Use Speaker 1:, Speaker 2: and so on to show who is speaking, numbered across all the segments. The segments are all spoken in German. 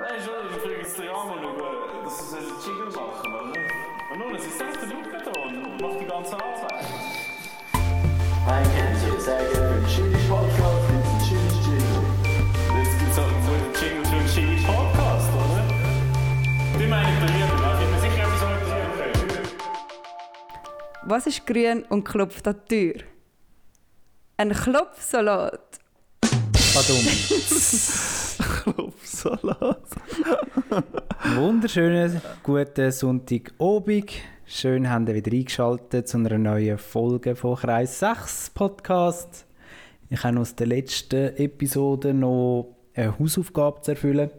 Speaker 1: Nein, schon, ich bringe jetzt den Rahmen über. Das ist ein Jingle machen, oder? ne? Und nun, es ist selbst der Luftbeton und macht die ganze Arbeit.
Speaker 2: Ein Kännchen, sehr gerne für den Chili Podcast, gibt es einen Chili Jingle.
Speaker 1: Jetzt gibt es halt so einen Jingle für einen Jingle Podcast, oder? Die meine ich bei mir, da bin mir sicher, etwas anderes okay.
Speaker 3: Was ist grün und klopft an die Tür? Ein Klopfsalat.
Speaker 4: Badum.
Speaker 5: Klopfsalat.
Speaker 4: Wunderschönen guten Sonntagabend. Schön, haben ihr wieder eingeschaltet zu einer neuen Folge von Kreis 6 Podcast. Ich habe aus der letzten Episode noch eine Hausaufgabe zu erfüllen.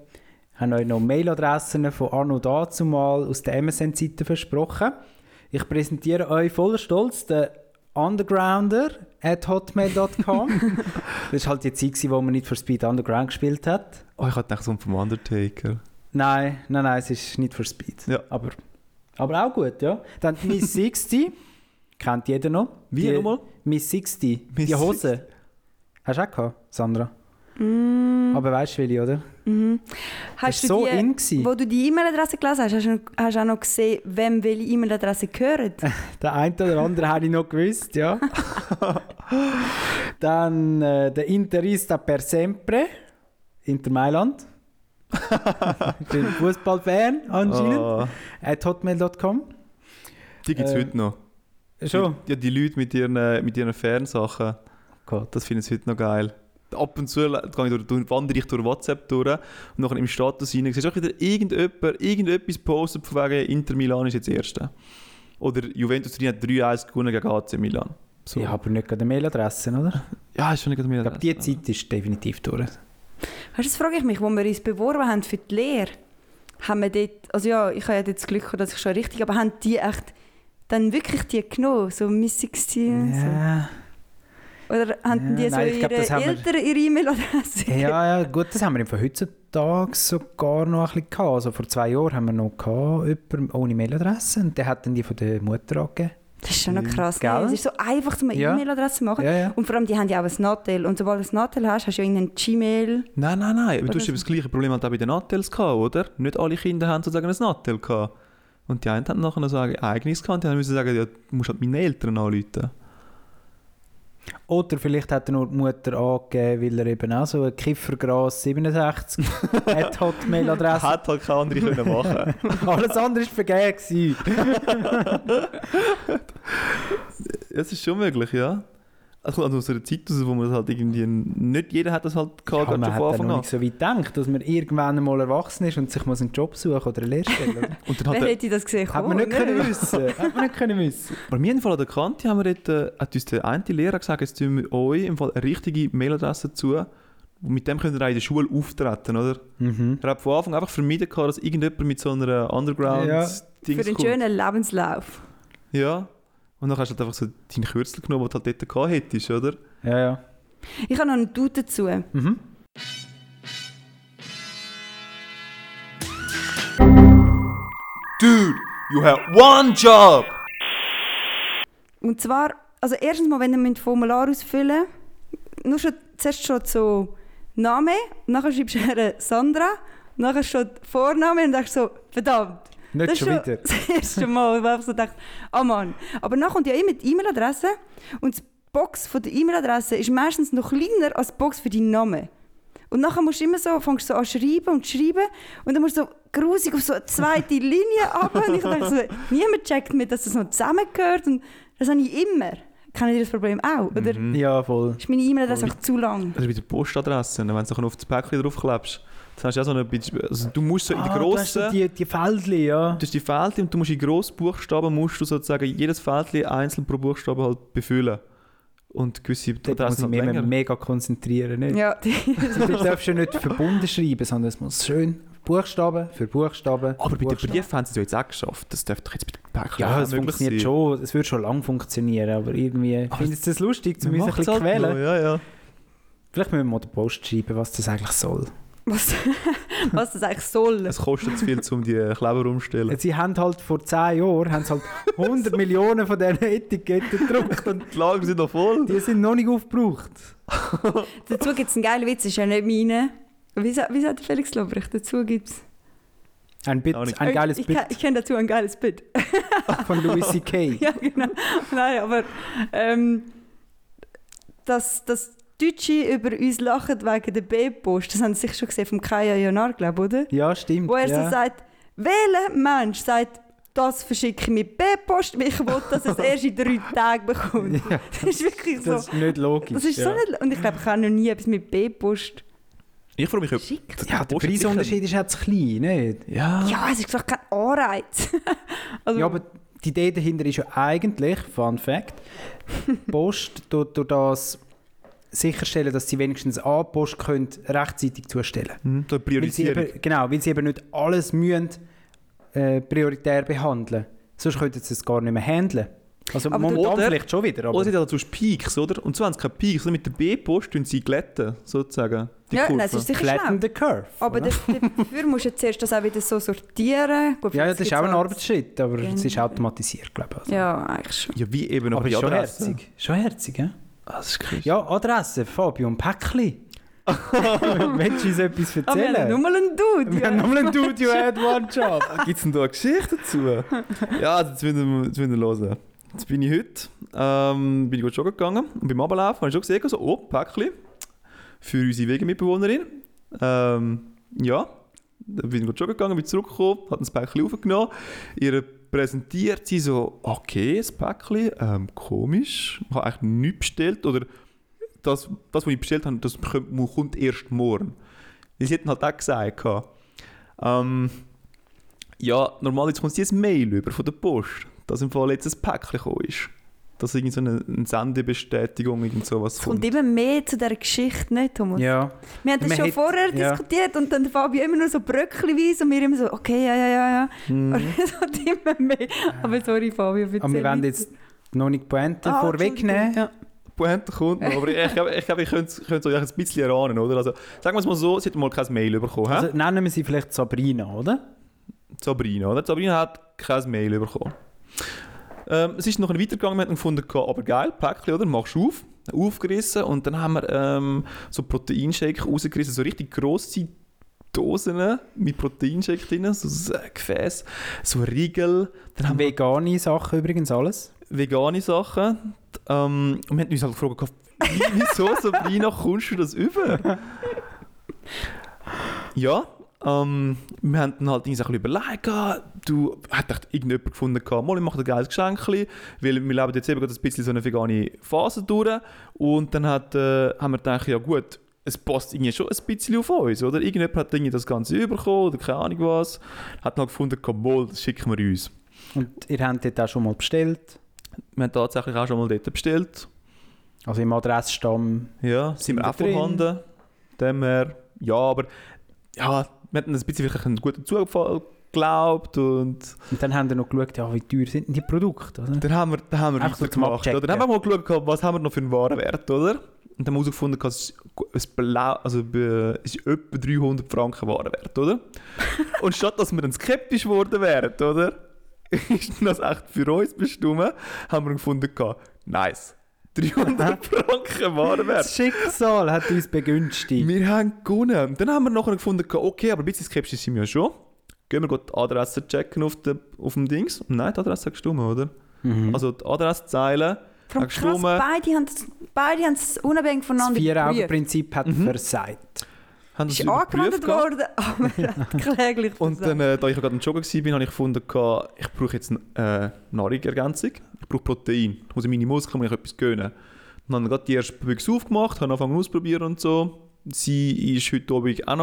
Speaker 4: Ich habe euch noch Mailadressen von Anno dazumal aus der MSN-Seite versprochen. Ich präsentiere euch voller Stolz den Undergrounder at hotmail.com. das war halt die Zeit, gewesen, wo man nicht für Speed Underground gespielt hat.
Speaker 5: Oh, ich hatte gedacht, so ein vom Undertaker.
Speaker 4: Nein, nein, nein, es ist nicht für Speed.
Speaker 5: Ja.
Speaker 4: Aber, aber auch gut, ja. Dann die Miss 60, kennt jeder noch.
Speaker 5: Wie
Speaker 4: Die-
Speaker 5: nochmal?
Speaker 4: Miss 60,
Speaker 5: Miss
Speaker 4: die Hose. Hast du auch gehabt, Sandra? Aber weißt du, welche, oder?
Speaker 3: Hast
Speaker 4: Das war so
Speaker 3: die,
Speaker 4: in gewesen.
Speaker 3: Wo du die E-Mail-Adresse gelesen hast, hast du, noch- hast du auch noch gesehen, wem welche E-Mail-Adresse gehört?
Speaker 4: Der eine oder andere habe ich noch gewusst, ja. Dann äh, der Interista per sempre, Inter Mailand. ich bin Fußballfan anscheinend.
Speaker 5: Ah,
Speaker 4: At hotmail.com.
Speaker 5: die gibt es
Speaker 4: Äh,
Speaker 5: heute noch.
Speaker 4: Schon?
Speaker 5: Ja, die Leute mit ihren, äh, mit ihren Fernsachen,
Speaker 4: Oh Gott.
Speaker 5: das finde ich heute noch geil. Ab und zu la- gehe ich durch, durch, wandere ich durch WhatsApp durch und nachher im Status rein, siehst du auch wieder irgendjemand, irgendetwas postet von wegen Inter Milan ist jetzt Erste. Oder Juventus Turin hat 3-1 gewonnen gegen AC Milan. So.
Speaker 4: Ich habe aber nicht gerade eine Mailadresse, oder?
Speaker 5: Ja, ist schon nicht mehr
Speaker 4: Ich glaube, die Zeit ist definitiv durch.
Speaker 3: Weißt du, das frage ich mich, wo wir uns beworben haben für die Lehre, haben wir dort, also ja, ich habe ja jetzt das Glück, gehabt, dass ich schon richtig, aber haben die echt dann wirklich die genommen, so Missings yeah.
Speaker 4: Ja,
Speaker 3: so. Oder haben
Speaker 4: Ja,
Speaker 3: die so
Speaker 4: nein, ich
Speaker 3: ihre
Speaker 4: glaub, das haben wir-
Speaker 3: Eltern ihre E-Mail-Adresse?
Speaker 4: ja, ja, gut, das haben wir im Fall heutzutage sogar noch ein bisschen gehabt. Also vor zwei Jahren haben wir noch gehabt, jemanden ohne Mailadresse und der hat dann die von der Mutter angegeben.
Speaker 3: Das ist schon noch krass.
Speaker 4: Mhm. Gell?
Speaker 3: Ne? Es ist so einfach, um eine
Speaker 4: Ja.
Speaker 3: E-Mail-Adresse zu machen.
Speaker 4: Ja, ja.
Speaker 3: Und vor allem, die haben ja auch ein Nattel. Und sobald du ein Nattel hast, hast du ja irgendein Gmail.
Speaker 5: Nein, nein, nein. Aber
Speaker 3: Oder
Speaker 5: du hast
Speaker 3: so.
Speaker 5: eben das gleiche Problem halt auch bei den Nattels gehabt, oder? Nicht alle Kinder haben sozusagen ein Nattel gehabt. Und die einen haben nachher noch so ein eigenes gehabt, die anderen müssen sagen, ja, du musst halt meine Eltern anrufen.
Speaker 4: Oder vielleicht hat er nur die Mutter angegeben, weil er eben auch so ein Kiffergras 67 hat, hat
Speaker 5: Das
Speaker 4: Mailadresse.
Speaker 5: hat halt keine andere können machen.
Speaker 4: Alles andere war vergeben. gewesen.
Speaker 5: Es ist schon möglich, ja. Also kommt aus einer Zeit raus, wo man das halt irgendwie... Nicht jeder hat das halt
Speaker 4: Ja,
Speaker 5: gehabt, gerade
Speaker 4: man
Speaker 5: schon
Speaker 4: hat
Speaker 5: von
Speaker 4: dann
Speaker 5: Anfang
Speaker 4: noch
Speaker 5: an.
Speaker 4: nicht so weit gedacht, dass man irgendwann mal erwachsen ist und sich mal einen Job suchen oder eine Lehrstelle. oder?
Speaker 5: Und dann hat
Speaker 3: Wer
Speaker 5: der,
Speaker 3: hätte das gesehen?
Speaker 4: hat man nicht können wissen. Hat man nicht können wissen.
Speaker 5: bei mir im Fall an der Kante haben wir dort, äh, hat uns der eine Lehrer gesagt, jetzt tun wir euch im Fall eine richtige Mailadresse zu. Und mit dem könnt ihr auch in der Schule auftreten, oder?
Speaker 4: Mhm.
Speaker 5: Ich habe von Anfang einfach vermieden, gehabt, dass irgendjemand mit so einer underground
Speaker 4: Ja.
Speaker 5: Dings
Speaker 3: Für einen
Speaker 5: kommt.
Speaker 3: schönen Lebenslauf.
Speaker 5: Ja. Und dann hast du halt einfach so deinen Kürzel genommen, den du halt dort gehabt hättest, oder?
Speaker 4: Ja, ja.
Speaker 3: Ich habe noch einen Du dazu.
Speaker 4: Mhm.
Speaker 5: Dude, you have one job!
Speaker 3: Und zwar, also erstens mal, wenn ihr ein Formular ausfüllen müsst, nur schon, zuerst schon so Name, nachher schreibst du ihr Sandra, nachher schon Vorname und denkst so, verdammt.
Speaker 4: Nicht
Speaker 3: das ist
Speaker 4: schon wieder.
Speaker 3: Das erste Mal, wo ich so dachte, oh Mann. Aber nachher kommt ja immer die E-Mail-Adresse und die Box von der E-Mail-Adresse ist meistens noch kleiner als die Box für deinen Namen. Und nachher musst du immer so, fängst so an schreiben und schreiben und dann musst du so grusig auf so eine zweite Linie ab. Und ich dachte so, niemand checkt mit, dass das noch zusammengehört. Und das habe ich immer. Kennt ihr das Problem auch? Oder
Speaker 5: Mhm.
Speaker 4: Ja, Mhm. voll.
Speaker 3: ist meine E-Mail-Adresse einfach zu lang?
Speaker 5: Also bei der Postadresse, wenn du es nachher auf das Päckchen draufklebst, dann hast du ja so ein bisschen... Also du musst so in der
Speaker 4: Ah, du hast so
Speaker 5: grossen...
Speaker 4: die, die Feldli, ja.
Speaker 5: Du hast die Felder und du musst in grossen Buchstaben musst du sozusagen jedes Feldchen einzeln pro Buchstaben halt befüllen. Und gewisse
Speaker 4: Dort muss ich
Speaker 5: halt
Speaker 4: mich immer
Speaker 5: länger.
Speaker 4: mega konzentrieren. Nicht? Also,
Speaker 3: Ja,
Speaker 4: Du darfst ja nicht verbunden schreiben, sondern es muss schön Buchstaben für Buchstaben.
Speaker 5: Aber
Speaker 4: für
Speaker 5: bei den
Speaker 4: Buchstaben.
Speaker 5: Briefen haben sie es ja jetzt auch geschafft. Das dürfte doch jetzt bei den Päckchen
Speaker 4: Ja,
Speaker 5: auch
Speaker 4: es
Speaker 5: möglich
Speaker 4: funktioniert
Speaker 5: sein.
Speaker 4: schon. Es würde schon lange funktionieren, aber irgendwie.
Speaker 5: Aber
Speaker 4: Findest du das lustig, zu
Speaker 5: Man
Speaker 4: uns ein
Speaker 5: macht's
Speaker 4: bisschen
Speaker 5: halt
Speaker 4: quälen?
Speaker 5: noch, Ja, ja.
Speaker 4: Vielleicht müssen wir mal den Post schreiben, was das eigentlich soll.
Speaker 3: was, was das eigentlich soll.
Speaker 4: Also,
Speaker 5: Es kostet zu viel, um die Kleber umzustellen.
Speaker 4: Sie haben halt vor 10 Jahren haben sie halt 100 Millionen von diesen Etiketten gedruckt und
Speaker 5: Die Lager sind noch voll.
Speaker 4: die sind noch nicht aufgebraucht.
Speaker 3: Dazu gibt es einen geilen Witz, ist ja nicht meine. Wie, sa- wie sagt der Felix Lobrecht? Dazu gibt es.
Speaker 4: Ein, Bit,
Speaker 5: Auch nicht.
Speaker 4: ein geiles
Speaker 3: ich,
Speaker 4: Bit
Speaker 3: kann- Ich kenne dazu ein geiles Bit.
Speaker 4: von Louis C.K.
Speaker 3: ja, genau. Nein, aber ähm, dass, dass Deutsche über uns lachen wegen der B-Post, das haben sie sicher schon gesehen vom Kaya Jonar, glaube ich, oder?
Speaker 4: Ja, stimmt.
Speaker 3: Wo er so
Speaker 4: ja.
Speaker 3: sagt, welcher Mensch sagt, das verschicke ich mit B-Post, weil ich will, dass es erst in drei Tagen bekommt.
Speaker 4: Ja,
Speaker 3: Das ist wirklich so.
Speaker 4: das ist nicht logisch.
Speaker 3: Das ist
Speaker 4: ja.
Speaker 3: so nicht... Und ich glaube, ich habe noch nie etwas mit B-Post
Speaker 5: Ich frage mich, ob...
Speaker 3: geschickt.
Speaker 4: ja, der Preisunterschied ist auch zu klein, nicht?
Speaker 5: Ja.
Speaker 3: Ja, es ist gesagt kein Anreiz. also,
Speaker 4: Ja, aber die Idee dahinter ist ja eigentlich, Fun Fact, die Post tut durch das sicherstellen, dass sie wenigstens an die Post können, rechtzeitig zustellen
Speaker 5: Hm, so eine
Speaker 4: Weil sie
Speaker 5: Priorisierung.
Speaker 4: eben, genau, weil sie eben nicht alles müssen, äh, prioritär behandeln. Sonst könnten sie es gar nicht mehr handeln. Also
Speaker 3: Aber
Speaker 4: momentan
Speaker 5: oder-
Speaker 4: vielleicht schon wieder, aber
Speaker 5: Oder sie haben dazu Peaks, oder? Und so haben sie keine Peaks, sondern mit der B-Post tun sie glätten, sozusagen. Die
Speaker 3: ja,
Speaker 5: Kurve.
Speaker 3: nein, es ist sicher schlau.
Speaker 4: flatten the curve.
Speaker 3: Aber
Speaker 4: oder?
Speaker 3: dafür dafür musst du jetzt zuerst das auch wieder so sortieren. Gut,
Speaker 4: ja, ja,
Speaker 3: vielleicht
Speaker 4: das ist
Speaker 3: gibt's
Speaker 4: auch ein
Speaker 3: auch-
Speaker 4: Arbeitsschritt, aber es ist
Speaker 3: Genau.
Speaker 4: automatisiert, glaube ich. Also.
Speaker 3: Ja, eigentlich schon.
Speaker 5: ja, wie eben noch
Speaker 4: aber
Speaker 5: die
Speaker 4: ist schon
Speaker 5: Adresse.
Speaker 4: herzig. Schon herzig, ja?
Speaker 5: Ah, das ist krass.
Speaker 4: Ja, Adresse, Fabian Päckli. Willst du uns etwas
Speaker 3: Ah, wir haben
Speaker 4: erzählen?
Speaker 3: nur mal einen Dude.
Speaker 4: Wir
Speaker 3: Ja.
Speaker 4: haben nochmal einen Dude, you had one job.
Speaker 5: Gibt es denn da eine Geschichte dazu? ja, also jetzt müssen wir, jetzt müssen wir hören. Jetzt bin ich heute, ähm, bin ich gut joggen gegangen und beim Ablaufen habe ich schon gesehen, so, oh, Päckchen für unsere Wegemitbewohnerin. Ähm, ja, dann bin ich gut joggen gegangen, bin zurückgekommen, hat das Päckchen aufgenommen. Ihr präsentiert sie so, okay, das Päckchen, ähm, komisch, ich habe eigentlich nichts bestellt oder das, das, was ich bestellt habe, das kommt kommt erst morgen. Sie hätten halt auch gesagt, gehabt, ähm, ja, normalerweise kommt jetzt ein Mail über von der Post, dass im Fall jetzt ein Päckchen gekommen ist. Dass irgendwie so eine, eine Sendebestätigung irgend sowas
Speaker 3: Es kommt immer mehr zu dieser Geschichte, nicht, Thomas?
Speaker 4: Ja,
Speaker 3: Wir haben das
Speaker 4: Man
Speaker 3: schon
Speaker 4: hat-
Speaker 3: vorher
Speaker 4: ja.
Speaker 3: diskutiert und dann der Fabio immer nur so bröckchenweise und wir immer so, okay, ja, ja, ja, ja. Und es hat immer mehr. Aber sorry, Fabio, bitte.
Speaker 4: aber wir wollen jetzt noch nicht die Pointe
Speaker 3: Ah,
Speaker 4: vorwegnehmen. Ja.
Speaker 5: Pointe kommt noch, aber ich glaube, ich, glaub, ich könnte es euch ein bisschen erahnen, oder? Also, sagen wir es mal so, sie hat mal kein Mail bekommen. hä?
Speaker 4: Also nennen wir sie vielleicht Sabrina, oder?
Speaker 5: Sabrina, oder? Sabrina hat kein Mail bekommen. Ähm, es ist noch ein weitergegangen, wir haben gefunden, okay, aber geil, Päckchen, oder? Machst du auf, aufgerissen und dann haben wir ähm, so Proteinshake rausgerissen, so richtig grosse Dosen mit Proteinshake drin, so ein Gefäß, so Riegel, dann haben wir
Speaker 4: Vegane Sachen übrigens alles.
Speaker 5: vegane Sachen ähm, und wir haben uns halt gefragt, wie- wieso Sabrina, kommst du das über? Ja, ähm, wir haben dann halt uns ein bisschen überlegt, gehabt. du hat echt irgendjemand gefunden, gehabt, mal, ich mache ein geiles Geschenk, weil wir leben jetzt eben gerade ein bisschen so eine vegane Phase durch und dann hat, äh, haben wir gedacht, ja gut, es passt irgendwie schon ein bisschen auf uns, oder? Irgendjemand hat irgendwie das Ganze überkommen oder keine Ahnung was, hat dann halt gefunden, komm, mal, das schicken wir uns
Speaker 4: Und ihr habt dort auch schon mal bestellt.
Speaker 5: wir haben tatsächlich auch schon mal dort bestellt.
Speaker 4: Also im Adressstamm.
Speaker 5: Ja, sind wir auch
Speaker 4: drin?
Speaker 5: vorhanden. Dem her, ja, aber ja, wir hatten ein bisschen wirklich einen guten Zufall geglaubt und
Speaker 4: Und dann haben wir noch geschaut, ja, wie teuer sind denn die Produkte, oder?
Speaker 5: dann haben wir, dann haben wir
Speaker 4: Einfach so zum
Speaker 5: weitergemacht. Oder?
Speaker 4: Abchecken.
Speaker 5: Dann haben wir mal geschaut, was haben wir noch für einen Warenwert, oder? Und dann haben wir herausgefunden, es ist, es blau, also, äh, es ist etwa 300 Franken Warenwert, oder? und statt dass wir dann skeptisch geworden wären, oder? ist das echt für uns bestimmt, haben wir gefunden, gehabt, nice, 300 Franken Warenwert.
Speaker 4: Das Schicksal hat uns begünstigt.
Speaker 5: Wir haben gewonnen. Und Dann haben wir nachher gefunden, okay, aber ein bisschen skeptisch sind wir ja schon. Gehen wir gleich die Adresse checken auf, der, auf dem Dings. Nein, die Adresse hat gestimmt, oder? Also die Adresszeile
Speaker 3: Vor allem
Speaker 5: hat
Speaker 3: krass,
Speaker 5: gestimmt.
Speaker 3: beide haben es- beide haben es unabhängig
Speaker 4: Das
Speaker 3: voneinander geprüft.
Speaker 4: Vier-Augen-Prinzip hat versagt.
Speaker 5: haben das
Speaker 3: Ist
Speaker 5: überprüft.
Speaker 3: angewendet
Speaker 5: gehabt.
Speaker 3: worden, aber er hat kläglich
Speaker 5: Und
Speaker 3: versagt.
Speaker 5: dann, äh, da ich ja gerade am Joggen war, habe ich gefunden, gehabt, ich brauche jetzt eine äh, Nahrungsergänzung. Ich brauche Protein. Ich muss in meine Muskeln muss ich etwas gönnen. Dann habe ich gerade die erste Büchse aufgemacht, habe angefangen auszuprobieren und so. Sie ist heute Abend auch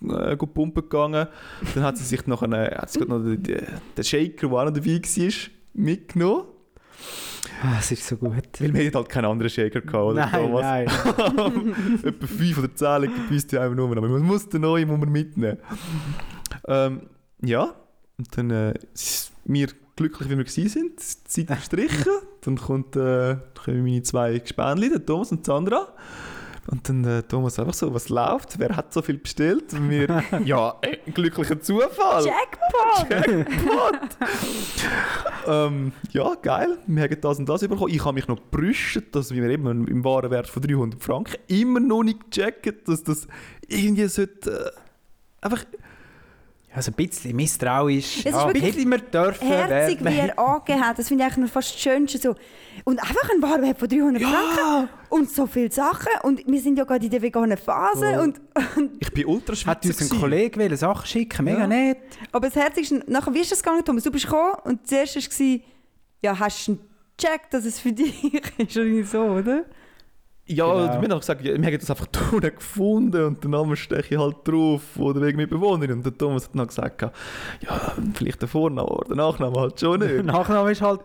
Speaker 5: noch äh, gut pumpen gegangen. Dann hat sie sich noch, einen, hat sie gerade noch den, den den Shaker, der auch noch dabei war, mitgenommen.
Speaker 4: Ah, es ist so gut.
Speaker 5: Weil wir hatten halt keinen anderen Shaker, gehabt, oder
Speaker 4: nein,
Speaker 5: Thomas?
Speaker 4: nein.
Speaker 5: Etwa fünf oder zehn liegen gepisst ja einfach nur. Aber man muss den neuen muss man mitnehmen. ähm, ja, und dann äh, sind wir glücklich, wie wir gewesen sind. Die Zeit gestrichen. dann kommt, äh, dann kommen meine zwei Gespänli, der Thomas und die Sandra. Und dann äh, Thomas einfach so, was läuft? Wer hat so viel bestellt? Und wir, ja, äh, glücklicher Zufall.
Speaker 3: Jackpot!
Speaker 5: Ähm, ja, geil. Wir haben das und das bekommen. Ich habe mich noch gebrüstet, dass wir eben im wahren Wert von 300 Franken immer noch nicht gecheckt, dass das irgendwie sollte. Äh, einfach.
Speaker 4: Also ein bisschen misstrauisch. Ah,
Speaker 3: Es ist wirklich
Speaker 4: hätten wir dürfen. äh,
Speaker 3: Herzig,
Speaker 4: wäre-
Speaker 3: wie er angegeben hat. Das finde ich eigentlich noch fast das Schönste. So. Und einfach ein Warenwert von 300
Speaker 5: ah,
Speaker 3: Franken und so viele Sachen. Und wir sind ja gerade in der veganen Phase.
Speaker 4: Oh.
Speaker 3: Und, und,
Speaker 5: Ich bin ultra
Speaker 4: Hat uns ein
Speaker 5: gewesen.
Speaker 4: Kollege wollen Sachen schicken mega
Speaker 5: Ja.
Speaker 4: nett.
Speaker 3: aber das Herzigste, nachher, wie ist das gegangen, Thomas? Du bist gekommen und zuerst war ja, hast du gecheckt, dass es für dich ist? Oder so, oder?
Speaker 5: Ja,
Speaker 4: Genau.
Speaker 5: wir haben auch gesagt, ja, wir haben das einfach Touren gefunden und den Namen steche ich halt drauf, oder wegen meiner Bewohnerin. Und der Thomas hat dann gesagt, ja, vielleicht der Vorname, aber der Nachname halt schon
Speaker 4: Der
Speaker 5: nicht.
Speaker 4: Nachname ist halt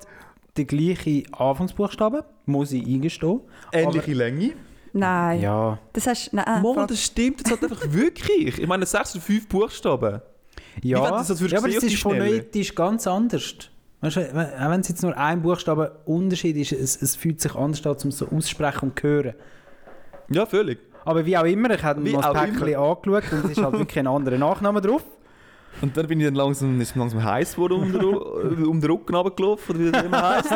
Speaker 4: der gleiche Anfangsbuchstabe, muss ich eingestehen.
Speaker 5: Ähnliche Länge.
Speaker 3: Nein.
Speaker 4: Ja.
Speaker 3: Das hast du. Nein,
Speaker 5: Mann,
Speaker 3: Ah, fuck.
Speaker 5: das stimmt jetzt halt einfach wirklich. Ich meine, 6 und 5 Buchstaben.
Speaker 4: Ja,
Speaker 5: wenn das- das würdest
Speaker 4: ja aber
Speaker 5: sehen
Speaker 4: es
Speaker 5: auf die
Speaker 4: ist
Speaker 5: Schnelle.
Speaker 4: phonetisch ganz anders. Weißt du, wenn- auch wenn es jetzt nur ein Buchstabe Unterschied ist, es, es fühlt sich anders an, um es so aussprechen und zu hören.
Speaker 5: Ja, völlig.
Speaker 4: Aber wie auch immer, ich habe
Speaker 5: Wie
Speaker 4: mir mal das
Speaker 5: auch
Speaker 4: Päckchen angeschaut und es ist halt wirklich ein anderer Nachname drauf.
Speaker 5: Und dann bin ich dann langsam, ist mir langsam heiß geworden, um den, Ru- um den Rücken runtergelaufen, oder wie das immer heisst.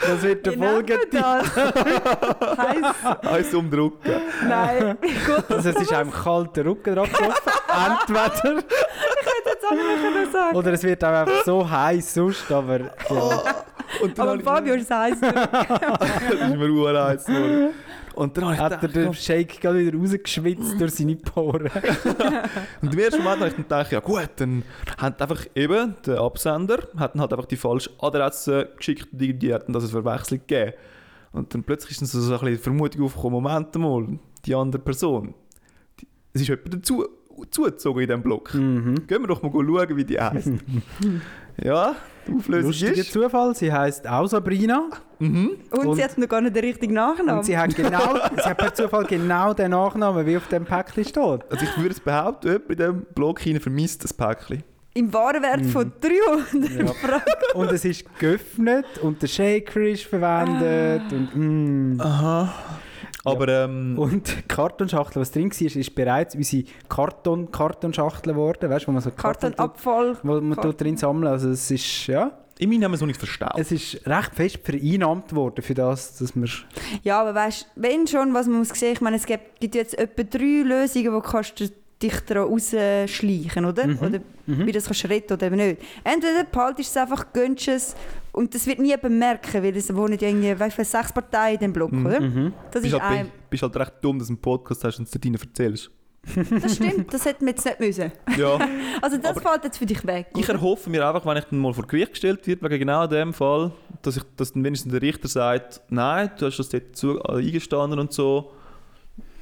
Speaker 4: Das wird der
Speaker 3: Wie nennt
Speaker 4: Folge.
Speaker 3: man Genau, das? Heiss-
Speaker 5: Heiß um den Rücken.
Speaker 3: Nein, gut, das
Speaker 4: Also es ist einem kalter Rücken drauf gelaufen. Entweder.
Speaker 3: hätte ich jetzt auch sagen.
Speaker 4: Oder es wird auch einfach so heiß sonst, aber ja.
Speaker 5: Und dann
Speaker 3: Aber
Speaker 5: habe
Speaker 3: Fabio ist heiß.
Speaker 5: ich, das ist mir ur heiß geworden. Und dann habe ich
Speaker 4: hat er
Speaker 5: gedacht,
Speaker 4: den Shake gerade wieder rausgeschwitzt durch seine Poren.
Speaker 5: Und im ersten Moment habe ich dann gedacht, ja gut, dann hat einfach eben der Absender hat dann halt einfach die falsche Adresse geschickt und die, die hat dann das als Verwechslung gegeben. Und dann plötzlich ist dann so, so ein bisschen die Vermutung aufgekommen, Moment mal, die andere Person, die- es ist jemand dazu zugezogen in diesem Block.
Speaker 3: Mhm.
Speaker 5: Gehen wir doch mal schauen, wie die heisst. ja, die Auflösung
Speaker 4: Lustiger
Speaker 5: ist...
Speaker 4: Zufall, sie heißt auch Sabrina.
Speaker 3: Und,
Speaker 4: Und-
Speaker 3: sie hat noch gar nicht den richtigen
Speaker 4: Und
Speaker 3: Nachnamen.
Speaker 4: sie hat, genau, sie hat per Zufall genau den Nachnamen, wie auf dem Päckchen steht.
Speaker 5: Also ich würde es behaupten, jemand in diesem Block hinein vermisst das Päckchen.
Speaker 3: Im Warenwert
Speaker 5: Mhm.
Speaker 3: von 300
Speaker 4: Ja.
Speaker 3: Franken.
Speaker 4: Und es ist geöffnet und der Shaker ist verwendet. Und, mm.
Speaker 5: Aha. Aber ähm,
Speaker 4: und die Kartonschachtel, was drin war, ist bereits unsere Karton Kartonschachtel geworden. Weißt du, wo man so Karton tut-
Speaker 3: Kartonabfall.
Speaker 4: wo man dort drin sammeln. Also es ist, ja,
Speaker 5: in meinem haben wir es noch nicht verstaut.
Speaker 4: es ist recht fest vereinnahmt worden für das, dass wir...
Speaker 3: Ja, aber weißt du, wenn schon, was man muss sehen, ich meine, es gibt, gibt jetzt etwa drei Lösungen, wo kannst du dich daran rausschleichen, oder?
Speaker 5: Mhm.
Speaker 3: Oder wie das kannst du retten oder eben nicht. Entweder behaltest du es einfach, gönnst es und das wird nie bemerken, weil es wohnen ja irgendwie, weißt du, sechs Parteien in dem Block, oder? Das
Speaker 5: Bist
Speaker 3: ist
Speaker 5: Mhm. halt,
Speaker 3: ein...
Speaker 5: bist halt recht dumm, dass du einen Podcast hast und es dir drinnen erzählst.
Speaker 3: Das stimmt, das hätten wir jetzt nicht müssen.
Speaker 5: Ja,
Speaker 3: Also das
Speaker 5: Aber
Speaker 3: fällt jetzt für dich weg.
Speaker 5: ich
Speaker 3: oder?
Speaker 5: erhoffe mir einfach, wenn ich dann mal vor Gericht gestellt wird, wegen genau dem Fall, dass, ich, dass dann wenigstens der Richter sagt, nein, du hast das dort zu, äh, eingestanden und so.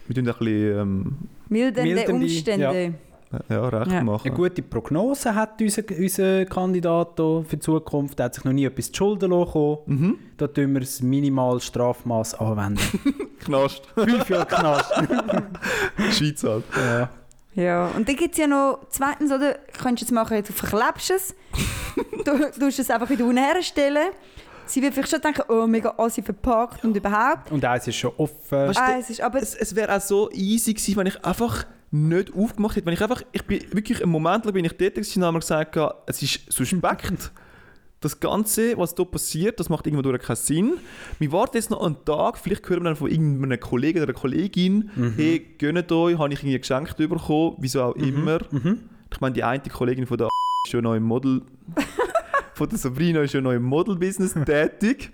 Speaker 5: Wir tun da ein bisschen ähm,
Speaker 3: Mildernde,
Speaker 4: Mildernde,
Speaker 3: Umstände.
Speaker 5: ja, recht
Speaker 3: Ja.
Speaker 5: machen.
Speaker 4: Eine gute Prognose hat unser, unser Kandidat hier für die Zukunft. Er hat sich noch nie etwas zu Schulden gekommen.
Speaker 5: Mhm.
Speaker 4: Da tun wir das Minimalstrafmaß anwenden.
Speaker 5: Knast.
Speaker 4: Fünf Jahre Knast.
Speaker 5: Schweiz halt.
Speaker 4: ja.
Speaker 3: Ja. und dann gibt es ja noch zweitens, oder? Könntest du jetzt machen, du verklebst es. du tust es einfach wieder unten herstellen. Sie wird vielleicht schon denken, oh, mega assi verpackt und überhaupt.
Speaker 4: Und eins ist schon offen.
Speaker 5: Weißt du,
Speaker 3: Ah, es ist aber...
Speaker 5: Es, es wäre auch so easy gewesen, wenn ich einfach nicht aufgemacht hätte. Wenn ich einfach, ich bin wirklich, im Moment lang bin ich dort gewesen und habe mir gesagt, gehabt, es ist suspekt. Das Ganze, was hier passiert, das macht irgendwo durch keinen Sinn. Wir warten jetzt noch einen Tag, vielleicht hören wir dann von irgendeinem Kollegen oder einer Kollegin, hey, gönnt euch, habe ich irgendwie geschenkt bekommen, wieso auch immer. Ich meine, die eine Kollegin von der ist schon noch im Model... von der Sabrina ist schon noch im Model-Business tätig.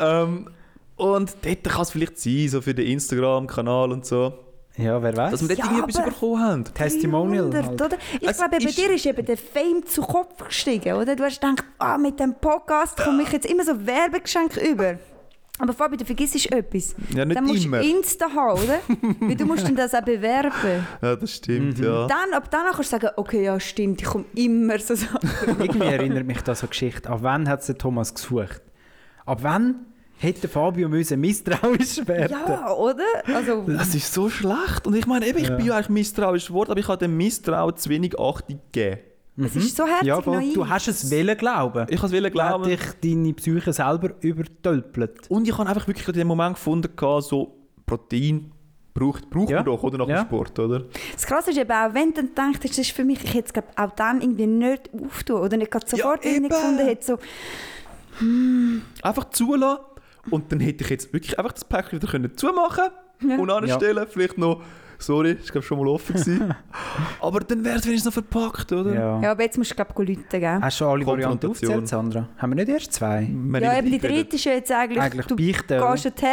Speaker 5: Ähm, und dort kann es vielleicht sein, so für den Instagram-Kanal und so,
Speaker 4: Ja, wer weiß.
Speaker 5: dass wir dort
Speaker 3: Ja,
Speaker 5: irgendwie etwas
Speaker 3: aber-
Speaker 5: bekommen haben.
Speaker 4: Testimonial.
Speaker 3: 300,
Speaker 4: Halt.
Speaker 3: oder? Ich
Speaker 5: Es
Speaker 3: glaube, bei
Speaker 5: Also ist-
Speaker 3: dir ist eben der Fame zu Kopf gestiegen, oder? Du hast gedacht, ah, mit dem Podcast komme ich jetzt immer so Werbegeschenke über. Aber Fabi, du vergisst etwas.
Speaker 5: Ja, nicht
Speaker 3: dann musst
Speaker 5: immer.
Speaker 3: du Insta haben, oder? Weil du musst dann das auch bewerben.
Speaker 5: Ja, das stimmt, ja.
Speaker 3: Dann, ab dann kannst du sagen, okay, ja stimmt, ich komme immer so Sachen.
Speaker 4: Irgendwie erinnert mich das an Geschichte. Ab wann hat es der Thomas gesucht? Ab wann hätte Fabio müssen misstrauisch werden?
Speaker 3: ja, oder? Also,
Speaker 5: Das ist so schlecht. Und ich meine, eben, ich bin ja eigentlich misstrauisch geworden, aber ich habe dem Misstrauen zu wenig Achtung gegeben.
Speaker 3: es ist so herzig
Speaker 4: Ja, voll.
Speaker 3: naiv.
Speaker 4: du hast es wollen glauben.
Speaker 5: Ich habe es
Speaker 4: Hat
Speaker 5: glauben.
Speaker 4: dich deine Psyche selber übertölpelt.
Speaker 5: Und ich habe einfach wirklich in dem Moment gefunden, gehabt, so Protein braucht, braucht
Speaker 4: Ja.
Speaker 5: man doch, oder? Nach
Speaker 4: Ja.
Speaker 5: dem Sport, oder?
Speaker 3: Das Krasse ist eben auch, wenn du dann denkst, das ist für mich, ich hätte es glaub, auch dann irgendwie nicht auftun oder nicht gerade sofort
Speaker 5: Ja,
Speaker 3: ja,
Speaker 5: eben.
Speaker 3: gefunden hätte. So,
Speaker 5: Einfach zulassen und dann hätte ich jetzt wirklich einfach das Päckchen wieder können zumachen und anstellen, vielleicht noch Sorry, ist glaube schon mal offen gewesen. Aber dann wäre es wenigstens noch verpackt, oder?
Speaker 4: Ja.
Speaker 3: Ja, aber jetzt musst du, glaube ich, Leute geben.
Speaker 4: Hast du schon alle Varianten
Speaker 5: Konfrontation.
Speaker 4: aufgezählt, Sandra? Haben wir nicht erst zwei?
Speaker 5: Wir
Speaker 3: Ja,
Speaker 5: haben
Speaker 3: eben die
Speaker 5: nicht geredet.
Speaker 3: dritte ist ja jetzt eigentlich,
Speaker 4: Eigentlich
Speaker 3: du
Speaker 4: beichten. oder?
Speaker 3: gehst dorthin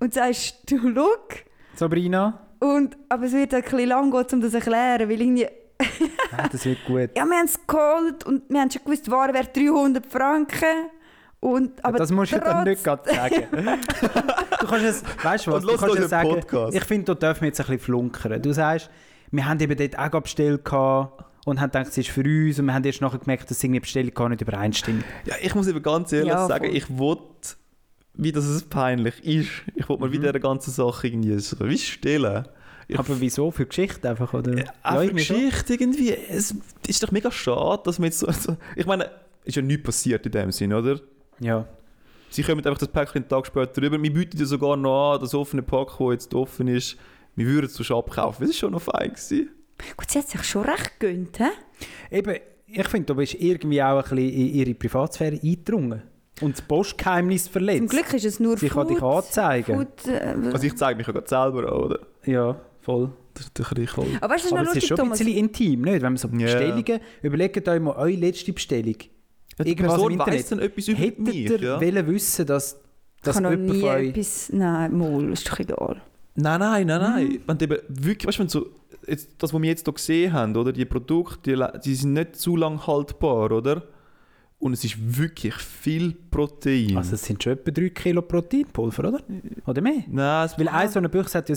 Speaker 3: und sagst, du, look.
Speaker 4: Sabrina?
Speaker 3: Und, aber es wird ein bisschen lang gehen, um das zu erklären, weil irgendwie,
Speaker 4: Ah, das wird gut.
Speaker 3: ja, wir haben es geholt und wir haben schon gewusst, die Ware wäre 300 Franken. Und, aber
Speaker 4: das musst du dann nicht
Speaker 3: trotz-
Speaker 4: gerade sagen. du kannst es, weißt du was,
Speaker 5: Und
Speaker 4: du
Speaker 5: lass
Speaker 4: kannst
Speaker 5: doch
Speaker 4: es
Speaker 5: den
Speaker 4: sagen,
Speaker 5: Podcast.
Speaker 4: ich finde, da dürfen wir jetzt ein bisschen flunkern. Du sagst, wir haben eben dort auch bestellt gehabt und haben gedacht, es ist für uns und wir haben erst nachher gemerkt, dass irgendwie die Bestellung gar nicht übereinstimmt.
Speaker 5: Ja, ich muss eben ganz ehrlich
Speaker 3: Ja,
Speaker 5: sagen,
Speaker 3: voll.
Speaker 5: ich wollte, wie das es peinlich ist, ich wollte
Speaker 4: Mhm.
Speaker 5: mir wieder der ganzen Sache irgendwie so, wie stellen. Ich
Speaker 4: Aber wieso? Für Geschichte einfach, oder?
Speaker 5: Ja, Auch für
Speaker 4: irgendwie schon.
Speaker 5: Geschichte irgendwie. Es ist doch mega schade, dass man jetzt so, so. Ich meine, ist ja nichts passiert in dem Sinn, oder?
Speaker 4: Ja.
Speaker 5: Sie kommen einfach das Päckchen einen Tag später rüber. Wir bieten dir sogar noch an, das offene Pack, das jetzt offen ist. Wir würden es sonst abkaufen. Das war schon noch fein. Gewesen.
Speaker 3: Gut, sie hat sich schon recht gegönnt, hä?
Speaker 4: Eben, ich finde, du bist irgendwie auch ein bisschen in ihre Privatsphäre eingedrungen und das Postgeheimnis verletzt.
Speaker 3: Zum Glück ist es nur
Speaker 4: Sie kann dich anzeigen.
Speaker 3: Food, äh,
Speaker 5: Also ich zeige mich ja gerade selber an, oder?
Speaker 4: Ja, voll.
Speaker 5: Das ist natürlich voll.
Speaker 3: aber weißt du, es ist noch
Speaker 4: Aber es ist
Speaker 3: lustig,
Speaker 4: schon ein
Speaker 3: Thomas.
Speaker 4: bisschen intim, nicht? Wenn man so
Speaker 5: Ja.
Speaker 4: Bestellungen... Überlegt euch mal eure letzte Bestellung.
Speaker 5: Die
Speaker 4: Irgendwas im
Speaker 5: Person
Speaker 4: Internet.
Speaker 5: weiss dann etwas über
Speaker 4: Hättet
Speaker 5: mich.
Speaker 4: ihr
Speaker 5: Ja?
Speaker 4: wollen wissen, dass,
Speaker 3: Ich
Speaker 4: dass
Speaker 3: kann noch
Speaker 4: jemand
Speaker 3: nie
Speaker 4: von euch...
Speaker 3: etwas... Nein, Maul, ist doch
Speaker 5: Ah,
Speaker 3: egal.
Speaker 5: Nein, nein, nein, nein. Wenn du eben wirklich, weißt du, wenn du so, jetzt, das, was wir jetzt hier gesehen haben, oder? Die Produkte, die, le- die sind nicht zu lang haltbar, oder? Und es ist wirklich viel Protein.
Speaker 4: Also es sind schon etwa 3 Kilo Proteinpulver, oder? Oder mehr?
Speaker 5: nein, es
Speaker 4: Weil eine so eine Büchse hat ja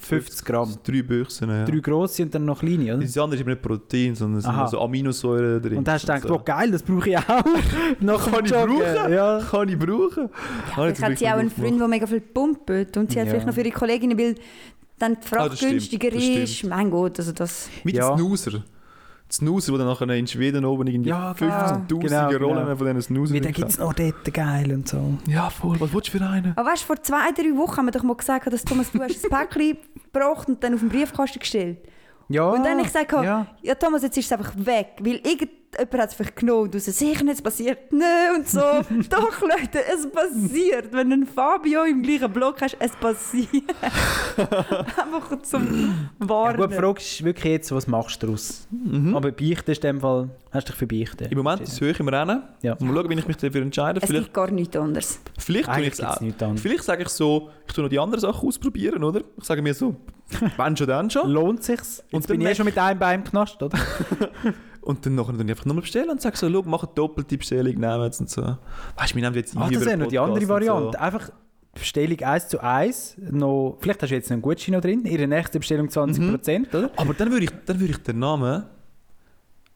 Speaker 4: 750 Gramm.
Speaker 5: sind drei Büchsen. Ja.
Speaker 4: Drei grosse und dann noch kleine, oder?
Speaker 5: Das andere ist eben nicht Protein, sondern es sind
Speaker 4: Aha.
Speaker 5: also Aminosäuren drin. Also,
Speaker 4: Und dann hast du gedacht,
Speaker 5: so.
Speaker 4: oh geil, das brauche ich auch. Nach
Speaker 5: Kann
Speaker 4: dem
Speaker 5: ich
Speaker 4: Joggen.
Speaker 5: brauchen?
Speaker 4: Ja.
Speaker 5: Kann ich brauchen? Ah,
Speaker 3: Vielleicht hat
Speaker 5: jetzt
Speaker 3: sie
Speaker 5: wirklich
Speaker 3: auch einen
Speaker 5: aufgemacht.
Speaker 3: Freund, der mega viel pumpt. Und sie hat
Speaker 4: Ja.
Speaker 3: vielleicht noch für ihre Kolleginnen, weil dann die Fracht
Speaker 5: Ah, das stimmt,
Speaker 3: günstiger
Speaker 5: das
Speaker 3: ist. Mein Gott, also das...
Speaker 5: Wie
Speaker 4: Ja.
Speaker 5: die Snoozer. Die Snoozer, die dann nachher in Schweden oben irgendwie
Speaker 4: Ja, genau.
Speaker 5: 15.000
Speaker 4: Genau, genau.
Speaker 5: Rollen von diesen Snoozer
Speaker 4: Wie, dann gibt es noch dort geil und so.
Speaker 5: Ja, voll. Was willst du für einen?
Speaker 3: Aber weißt du, vor zwei, drei Wochen haben wir doch mal gesagt, dass Thomas, du hast ein Päckchen gebracht und dann auf den Briefkasten gestellt.
Speaker 4: Ja.
Speaker 3: Und dann habe ich gesagt,
Speaker 4: Ah, ja.
Speaker 3: ja. ja Thomas, jetzt ist es einfach weg, weil irgendjemand hat es vielleicht genommen und du so, sicher nicht, es passiert nicht und so. Doch Leute, es passiert, wenn du einen Fabio im gleichen Block hast, es passiert. einfach zum
Speaker 4: Ja, gut,
Speaker 3: Warnen.
Speaker 4: die Frage ist wirklich jetzt, was machst du daraus? Aber Beichten ist in dem Fall, hast du dich für Beichten.
Speaker 5: Mhm. Im Moment ist es höher im Rennen.
Speaker 4: Ja.
Speaker 5: Mal schauen, wie ich mich dafür entscheide.
Speaker 3: es
Speaker 5: Vielleicht,
Speaker 3: gibt gar nichts anderes.
Speaker 5: vielleicht, tue
Speaker 4: Eigentlich
Speaker 5: ich's
Speaker 4: gibt es
Speaker 5: auch.
Speaker 4: nichts anderes.
Speaker 5: vielleicht sage ich so, ich tue noch die anderen Sachen ausprobieren, oder? Ich sage mir so, wenn schon, dann schon.
Speaker 4: Lohnt sich's? Jetzt
Speaker 5: Und
Speaker 4: bin
Speaker 5: dann Ah,
Speaker 4: ich eh schon mit einem Bein im Knast, oder?
Speaker 5: Und dann nachher dann einfach nochmal bestellen und sage so, schau, mach eine doppelte Bestellung, nehmen jetzt und so. Weißt du, wir nehmen jetzt
Speaker 4: Ach,
Speaker 5: über
Speaker 4: Ah, das wäre
Speaker 5: den
Speaker 4: noch die
Speaker 5: Podcast
Speaker 4: andere
Speaker 5: und
Speaker 4: Variante. Einfach Bestellung 1 zu 1. Noch, vielleicht hast du jetzt noch einen Gutschein noch drin. Ihre nächste Bestellung 20%, oder?
Speaker 5: So. Aber dann würde ich, dann würde ich den Namen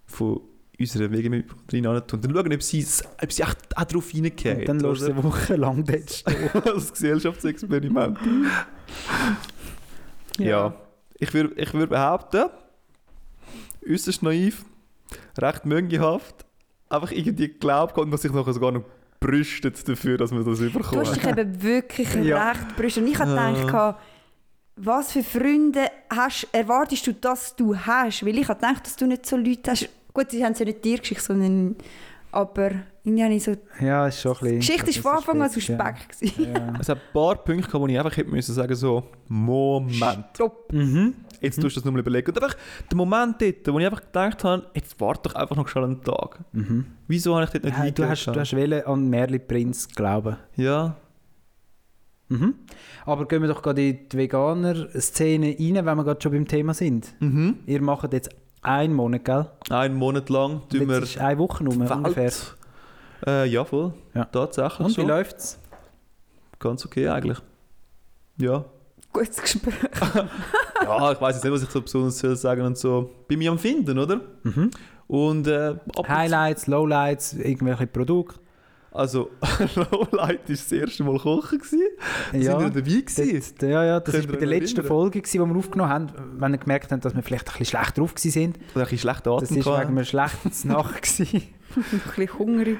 Speaker 5: von unserer Wege drin an tun. Dann schauen, ob sie, es- ob sie echt auch drauf reingehen.
Speaker 4: Und dann lässt du eine Woche lang dort stehen.
Speaker 5: das Gesellschaftsexperiment. ja. Ich würde ich würd behaupten, äußerst naiv, recht mönchhaft, einfach irgendwie geglaubt und was sich nachher sogar noch brüstet dafür, dass man das
Speaker 3: Du hast
Speaker 5: überkommt.
Speaker 3: dich eben wirklich
Speaker 4: Ja. Äh.
Speaker 3: recht brüstet. Und ich habe
Speaker 5: Ja.
Speaker 3: gedacht, was für Freunde hast, erwartest du, dass du hast? Weil ich habe gedacht, dass du nicht so Leute hast. Gut, sie haben es ja nicht dir geschickt, sondern... Aber irgendwie habe ich so
Speaker 4: Ja, ist schon ein bisschen...
Speaker 3: Die Geschichte ist von Anfang an suspekt. gewesen.
Speaker 4: Ja.
Speaker 5: Es hat ein paar Punkte, gehabt, wo ich einfach hätte müssen sagen so, Moment,
Speaker 3: Stopp.
Speaker 4: Mhm.
Speaker 5: jetzt tust du das nochmal überlegen. Und einfach der Moment dort, wo ich einfach gedacht habe, jetzt warte doch einfach noch schon einen Tag.
Speaker 4: Mhm.
Speaker 5: Wieso habe ich dort nicht
Speaker 4: Ja, du
Speaker 5: reingehört?
Speaker 4: hast, du hast wollen an Merlin Prinz glauben.
Speaker 5: Ja,
Speaker 4: Mhm. Aber gehen wir doch gerade in die Veganer-Szene rein, wenn wir gerade schon beim Thema sind.
Speaker 5: mhm.
Speaker 4: Ihr macht jetzt einen Monat, gell?
Speaker 5: einen Monat lang tun
Speaker 4: Jetzt
Speaker 5: wir
Speaker 4: ist eine Woche rum,
Speaker 5: Welt.
Speaker 4: ungefähr.
Speaker 5: Äh, ja, voll.
Speaker 4: Ja.
Speaker 5: Tatsächlich
Speaker 4: Und wie
Speaker 5: schon.
Speaker 4: läuft's?
Speaker 5: Ganz okay eigentlich. Ja.
Speaker 3: Gutes Gespräch.
Speaker 5: Ja, ich weiß jetzt nicht, was ich so besonders soll sagen und so. Bei mir am Finden, oder?
Speaker 4: Mhm.
Speaker 5: Und äh, ab und
Speaker 4: Highlights, Lowlights, irgendwelche Produkte?
Speaker 5: zu- Also, Lowlight war das erste Mal kochen. Gewesen. Da
Speaker 4: Ja.
Speaker 5: Sind wir dabei gewesen?
Speaker 4: Dort, ja, ja, das
Speaker 5: Könnt
Speaker 4: war bei
Speaker 5: ihr euch
Speaker 4: der
Speaker 5: noch
Speaker 4: letzten
Speaker 5: erinnern?
Speaker 4: Folge, gewesen, die wir aufgenommen haben, wenn wir gemerkt haben, dass wir vielleicht ein bisschen schlecht drauf gewesen sind.
Speaker 5: Ich hatte ein bisschen schlechte
Speaker 4: Das
Speaker 5: Atem.
Speaker 4: ist wegen
Speaker 5: gehabt.
Speaker 4: einer schlechten Nacht. Gewesen.
Speaker 3: Ein bisschen hungrig.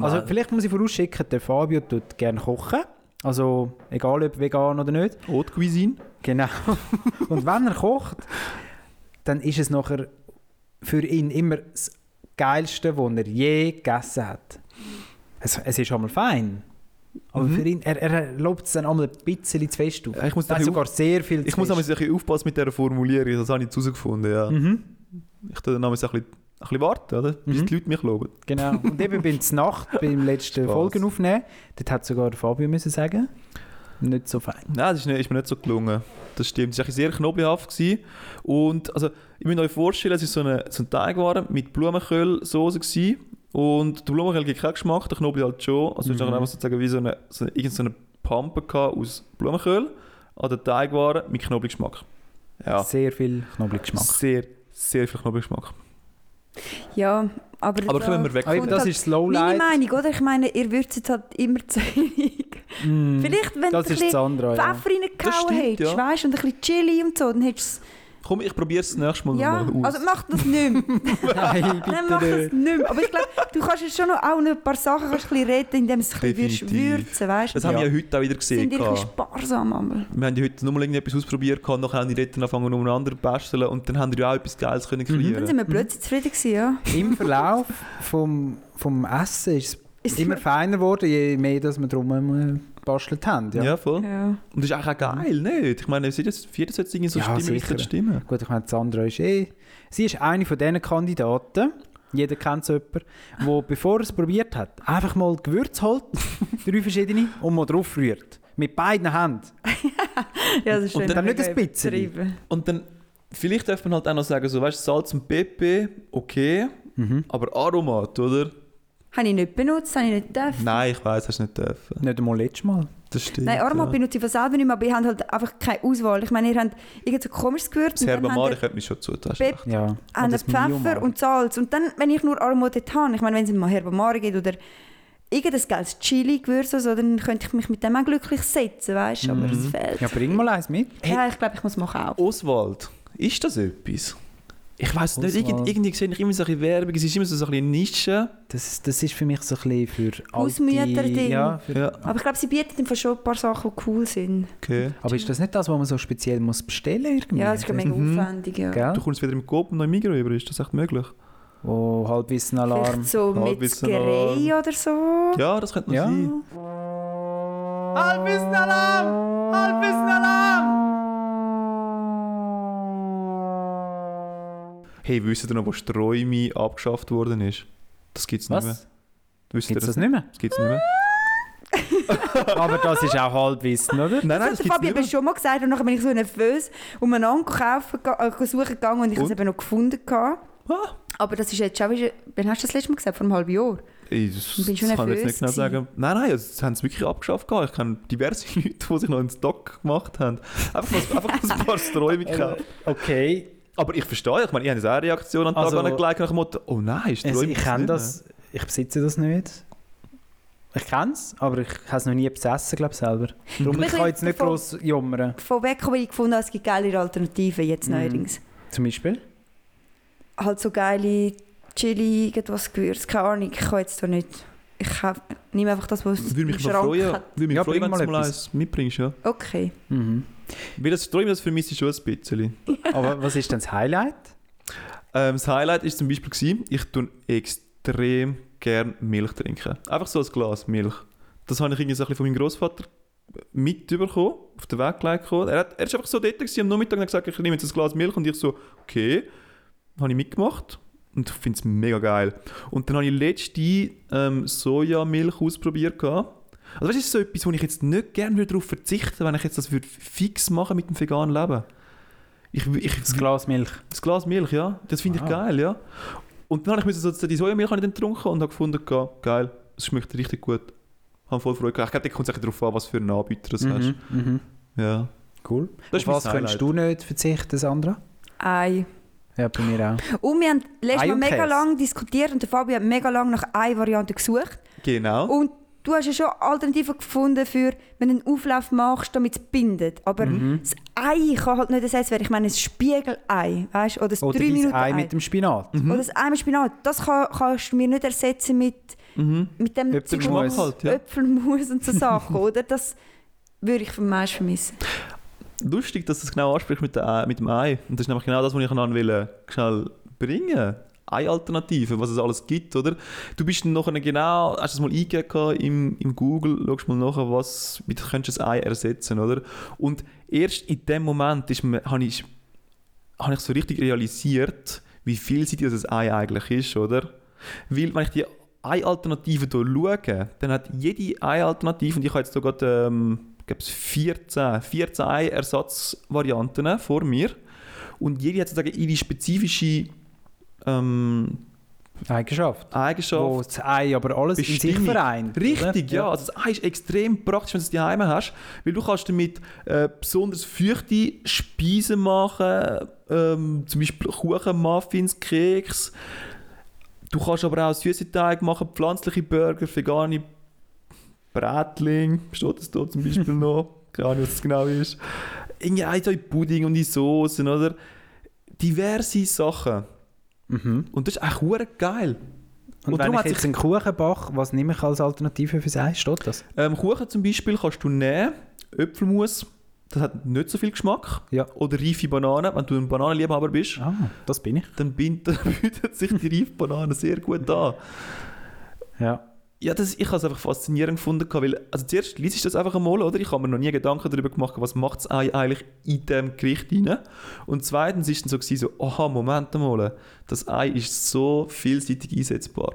Speaker 4: Also vielleicht muss ich vorausschicken, der Fabio tut gerne kochen. Also egal ob vegan oder nicht.
Speaker 5: Haute Cuisine.
Speaker 4: Genau. Und wenn er kocht, dann ist es nachher für ihn immer das Geilste, was er je gegessen hat. Es, es ist schon mal fein. Aber
Speaker 5: Mhm.
Speaker 4: für ihn, er, er lobt es dann einmal ein bisschen zu fest auf.
Speaker 5: Ja, ich muss
Speaker 4: Nein,
Speaker 5: ein bisschen
Speaker 4: sogar sehr viel
Speaker 5: Ich
Speaker 4: zu
Speaker 5: muss
Speaker 4: fest.
Speaker 5: aber ein bisschen aufpassen mit dieser Formulierung, das habe ich jetzt herausgefunden. Ja.
Speaker 4: Mhm,
Speaker 5: Ich tue dann auch ein bisschen, ein bisschen warten, oder? bis
Speaker 4: Mhm.
Speaker 5: die Leute mich loben.
Speaker 4: genau. Und eben beim Znacht, beim letzten
Speaker 5: Spaß.
Speaker 4: Folgen aufnehmen, dort hat sogar Fabio müssen sagen, nicht so fein.
Speaker 5: Nein, das ist, nicht, ist mir nicht so gelungen. Das stimmt. Es war eigentlich sehr knoblauchhaft. Gewesen. Und also, ich muss euch vorstellen, es war so, eine, so ein Teigwaren mit Blumenkohlsoße. gewesen. Und der Blumenkohl gibt keinen Geschmack, der Knoblauch halt schon. Also, es war
Speaker 4: Mhm.
Speaker 5: einfach sozusagen wie so eine, so eine, irgend so eine Pampe gehabt aus Blumenkohl an der Teigwaren mit Knoblauchgeschmack. Ja,
Speaker 4: Sehr viel Knoblauchgeschmack.
Speaker 5: sehr, sehr viel Knoblauchgeschmack.
Speaker 3: Ja, aber...
Speaker 5: Aber können wir weg
Speaker 4: Aber eben,
Speaker 5: von
Speaker 4: das
Speaker 3: halt
Speaker 4: ist
Speaker 3: Meine
Speaker 4: Slowlight.
Speaker 3: Meinung, oder? Ich meine, ihr würzt es halt immer zu wenig.
Speaker 4: Mm,
Speaker 3: Vielleicht, wenn
Speaker 4: das
Speaker 3: du ein
Speaker 4: ist das
Speaker 3: bisschen
Speaker 4: andere, ja.
Speaker 3: Pfeffer reingehauen
Speaker 5: stimmt,
Speaker 3: hättest,
Speaker 5: ja.
Speaker 3: weißt du, und ein bisschen Chili und so, dann hättest
Speaker 5: Komm, ich probiere es das nächste
Speaker 3: du
Speaker 5: Mal
Speaker 3: es... Ja,
Speaker 5: nochmal aus.
Speaker 3: also mach das nicht mehr.
Speaker 4: Nein,
Speaker 3: Nein, mach
Speaker 4: bitte
Speaker 3: das
Speaker 4: nicht.
Speaker 3: nicht mehr. Aber ich glaube, du kannst jetzt schon noch auch noch ein paar Sachen kannst du ein bisschen reden, indem es ein bisschen würdest
Speaker 5: Definitiv.
Speaker 3: würzen, weißt du?
Speaker 5: das haben wir ja heute auch wieder gesehen.
Speaker 3: Sind ihr ein
Speaker 5: gehabt.
Speaker 3: bisschen sparsam, aber...
Speaker 5: Wir haben ja heute nochmal irgendetwas ausprobiert und nachher haben die dort angefangen, umeinander zu basteln und dann haben die ja auch etwas Geiles können kreieren
Speaker 3: Dann sind wir
Speaker 4: Mhm.
Speaker 3: plötzlich zufrieden gewesen, ja.
Speaker 4: Im Verlauf vom, vom Essen ist es
Speaker 3: Ist
Speaker 4: immer
Speaker 3: immer-
Speaker 4: feiner geworden, je mehr dass wir drum gebastelt haben.
Speaker 5: ja.
Speaker 4: Ja.
Speaker 5: voll.
Speaker 3: ja.
Speaker 5: Und das ist eigentlich auch geil, nicht? Ich meine, sieht das vierte sollte irgendwie so
Speaker 4: Ja,
Speaker 5: stimmen, wie es
Speaker 4: sicher.
Speaker 5: sollte stimmen.
Speaker 4: Gut, ich meine, Sandra ist eh... Sie ist eine von diesen Kandidaten, jeder kennt so jemanden, wo bevor er es probiert hat, einfach mal Gewürz holt, drei verschiedene, und mal drauf rührt. Mit beiden Händen.
Speaker 3: Ja, das ist
Speaker 5: Und
Speaker 3: schön.
Speaker 4: dann nicht ein bisschen.
Speaker 3: Übertrieben.
Speaker 5: Und dann, vielleicht darf man halt auch noch sagen, so, weißt du, Salz und Pepe, okay, aber Aromat, oder?
Speaker 3: Habe ich nicht benutzt, habe ich nicht dürfen.
Speaker 5: Nein, ich weiß, hast du nicht dürfen.
Speaker 4: Nicht einmal letztes Mal.
Speaker 5: Das stimmt.
Speaker 3: Nein, Aromat
Speaker 5: ja.
Speaker 3: benutze ich von selber nicht mehr, aber ich habe halt einfach keine Auswahl. Ich meine, ihr habt irgend so komisches Gewürz
Speaker 5: Das
Speaker 3: und dann
Speaker 5: Herbamar, ich
Speaker 3: habt
Speaker 5: könnte mich schon zutun.
Speaker 3: Pepe-
Speaker 5: schlecht.
Speaker 4: Ja.
Speaker 3: ihr, habt ihr Pfeffer und Salz. Und dann, wenn ich nur Aromat dort habe, ich meine, wenn es um mal Herbamar gibt oder irgendein geiles Chili-Gewürz oder so, dann könnte ich mich mit dem auch glücklich setzen, weißt du, aber es fehlt.
Speaker 4: Ja,
Speaker 3: Ja,
Speaker 4: bring mal eins mit.
Speaker 3: ich glaube, ich muss es machen
Speaker 5: Oh.
Speaker 3: auch.
Speaker 5: Oswald, ist das etwas? Ich weiß nicht, irgend,
Speaker 4: Oswald.
Speaker 5: irgendwie sehe ich immer so ein bisschen Werbung, es ist immer so ein bisschen Nische.
Speaker 4: Das, das ist für mich so ein bisschen für alte...
Speaker 3: Hausmütter-Ding.
Speaker 4: Ja, für,
Speaker 5: Ja,
Speaker 3: Aber ich glaube, sie bieten einfach schon ein paar Sachen, die cool sind.
Speaker 5: okay.
Speaker 4: Aber ist das nicht das, was man so speziell muss bestellen irgendwie?
Speaker 3: Ja, das ist glaub ich, mega
Speaker 5: Mhm.
Speaker 3: aufwendig, ja.
Speaker 5: Du
Speaker 4: Gell?
Speaker 5: kommst wieder im Coop und noch im Migros über, ist das echt möglich?
Speaker 4: Oh, Halbwissen-Alarm.
Speaker 3: Vielleicht so
Speaker 5: Alarm.
Speaker 3: Metzgerei oder so.
Speaker 5: Ja, das könnte noch
Speaker 4: Ja.
Speaker 5: sein.
Speaker 4: Halbwissen-Alarm! Halbwissen-Alarm!
Speaker 5: Hey, wisst ihr noch, wo Streumi abgeschafft worden ist? Das gibt's nicht mehr.
Speaker 4: Was?
Speaker 5: Wisst ihr
Speaker 4: Gibt es das nicht mehr?
Speaker 5: Das gibt's nicht mehr.
Speaker 4: Aber das ist auch Halbwissen, oder?
Speaker 5: Nein,
Speaker 3: Das hat der Fabi eben schon mal gesagt und nachher bin ich so nervös um einen kaufen, ge- äh, suchen gegangen und ich habe es
Speaker 5: Und?
Speaker 3: eben noch gefunden. gehabt.
Speaker 5: Ah.
Speaker 3: Aber das ist jetzt schon, wieder- wann hast du das letzte Mal gesagt? Vor einem halben Jahr?
Speaker 5: Ey, das
Speaker 3: Ich bin schon
Speaker 5: das kann ich
Speaker 3: nervös
Speaker 5: jetzt nicht genau
Speaker 3: gewesen.
Speaker 5: sagen. Nein, nein, also, das haben sie wirklich abgeschafft. gehabt. Ich kenne diverse Leute, die sich noch ins Dock gemacht haben. Einfach, was, einfach ein paar Sträume gekauft.
Speaker 4: Okay,
Speaker 5: Aber ich verstehe, ich meine, ich habe jetzt auch eine Reaktion an den
Speaker 4: Also-
Speaker 5: Tag angelegt nach dem Motto, oh nein,
Speaker 4: also
Speaker 5: Sträume
Speaker 4: ich
Speaker 5: gibt's
Speaker 4: kenne
Speaker 5: nicht
Speaker 4: das. Ich besitze das nicht. Ich kenne es, aber ich habe es noch nie besessen, glaube ich, selber. Darum
Speaker 3: bin
Speaker 4: ich kann jetzt nicht
Speaker 3: davon-
Speaker 4: gross jummern.
Speaker 3: Von weg habe ich gefunden, es gibt geile Alternativen jetzt neuerdings.
Speaker 4: Zum Beispiel?
Speaker 3: Halt so geile Chili, irgendwas Gewürz, keine Ahnung, ich kann jetzt da nicht. Ich kaufe- nehme einfach das, was
Speaker 5: mehr. Würde mich mal freuen,
Speaker 3: hat.
Speaker 5: würde mich
Speaker 4: Ja,
Speaker 5: freuen
Speaker 4: bring
Speaker 5: wenn
Speaker 4: mal
Speaker 5: du mal
Speaker 4: etwas.
Speaker 5: eins mitbringst. Ja.
Speaker 3: Okay.
Speaker 4: Mhm.
Speaker 5: Weil das Sträume, das vermisse ich schon ein bisschen.
Speaker 4: Aber was ist denn das Highlight?
Speaker 5: Ähm, das Highlight ist zum Beispiel, gewesen, ich tue extrem gern Milch trinken. Einfach so ein Glas Milch. Das habe ich irgendwie so ein bisschen von meinem Großvater mitbekommen, auf den Weg gelegt. bekommen. Er, hat, er ist einfach so dort gewesen, am Nachmittag und hat gesagt, ich nehme jetzt ein Glas Milch und ich so, okay, Dann habe ich mitgemacht und ich finde es mega geil. Und dann habe ich letzte ähm, Sojamilch ausprobiert. gehabt. Also weißt du, das ist so etwas, wo ich jetzt nicht gerne darauf verzichten würde, wenn ich jetzt das würde fix machen mit dem veganen Leben. Ich, wü- ich,
Speaker 4: Das Glas Milch.
Speaker 5: das Glas Milch, ja. Das finde
Speaker 4: Wow.
Speaker 5: ich geil, ja. Und dann habe ich müssen so die Sojamilch habe ich dann getrunken und habe gefunden, ja, geil, es schmeckt richtig gut. Haben voll Freude gehabt. Ich glaube, da kommt es darauf an, was für einen Anbieter du hast.
Speaker 4: Mhm. Mhm.
Speaker 5: Ja.
Speaker 4: Cool.
Speaker 5: Das ist
Speaker 4: Auf was
Speaker 5: mein
Speaker 4: könntest du nicht verzichten, Sandra?
Speaker 3: Ei.
Speaker 4: Ja, bei mir auch.
Speaker 3: Und wir haben letztes
Speaker 4: Ei
Speaker 3: Mal
Speaker 4: und
Speaker 3: mega
Speaker 4: Käse.
Speaker 3: lange diskutiert und der Fabi hat mega lange nach einer Variante gesucht.
Speaker 5: Genau.
Speaker 3: Und du hast ja schon Alternativen gefunden, für, wenn du einen Auflauf machst, damit es bindet. Aber das Ei kann halt nicht das Eis werden. Ich meine, ein Spiegelei, weißt du? Oder das
Speaker 4: Oder
Speaker 3: 3
Speaker 4: dein
Speaker 3: Minuten Mhm. Ei.
Speaker 4: Ei mit dem Spinat.
Speaker 3: Oder das Ei mit Spinat. Das kann, kannst du mir nicht ersetzen mit,
Speaker 5: Mhm.
Speaker 3: mit dem
Speaker 4: Äpfelmus.
Speaker 3: Zeug,
Speaker 5: Halt, ja.
Speaker 3: Äpfelmus und so Sachen, oder? Das würde ich vom meisten vermissen.
Speaker 5: äh, Lustig, dass du das genau ansprichst mit, der, Ei- mit dem Ei. Und das ist nämlich genau das, was ich an will schnell äh, bringen. eine Alternative, was es alles gibt, oder? Du bist dann nachher genau, hast du das mal eingegeben im, im Google, schaust mal nachher, was, wie könntest du das Ei ersetzen, oder? Und erst in dem Moment ist mir, habe ich, habe ich so richtig realisiert, wie vielseitig das Ei eigentlich ist, oder? Weil, wenn ich die eine Alternative hier schaue, dann hat jede eine Alternative, und ich habe jetzt hier gerade ähm, gibt's 14, 14 Eiersatzvarianten vor mir, und jede hat sozusagen ihre spezifische ähm,
Speaker 4: Eigenschaft.
Speaker 5: Eigenschaft.
Speaker 4: Wo das Ei aber alles in sich
Speaker 5: Bestimmung.
Speaker 4: vereint. oder?
Speaker 5: Richtig, ja. Also das Ei ist extrem praktisch, wenn du es daheim hast, weil du kannst damit äh, besonders feuchte Speisen machen, ähm, zum Beispiel Kuchen, Muffins, Keks. Du kannst aber auch süße Teig machen, pflanzliche Burger, vegane Brätling, steht das da zum Beispiel noch? Keine Ahnung, was das genau ist. Irgendwie auch so in Pudding und in Soßen, oder? Diverse Sachen.
Speaker 4: Mhm.
Speaker 5: Und das ist echt hure geil.
Speaker 4: Und, wenn
Speaker 5: Und darum
Speaker 4: ich
Speaker 5: hat
Speaker 4: jetzt
Speaker 5: sich-
Speaker 4: einen Kuchen backe, was nehme ich als Alternative fürs Ei? Steht das?
Speaker 5: Ähm, Kuchen zum Beispiel kannst du nehmen, Äpfelmus, das hat nicht so viel Geschmack.
Speaker 4: Ja.
Speaker 5: Oder reife Bananen, wenn du ein Bananenliebhaber bist,
Speaker 4: Ah, das bin ich.
Speaker 5: dann, bind, dann bietet sich die reife Banane sehr gut an.
Speaker 4: Ja.
Speaker 5: Ja, das, ich habe es einfach faszinierend gefunden, weil, also zuerst liest ich das einfach einmal, oder? Ich habe mir noch nie Gedanken darüber gemacht, was macht das Ei eigentlich in diesem Gericht rein. Und zweitens ist dann so, gewesen, so, aha, Moment mal, das Ei ist so vielseitig einsetzbar.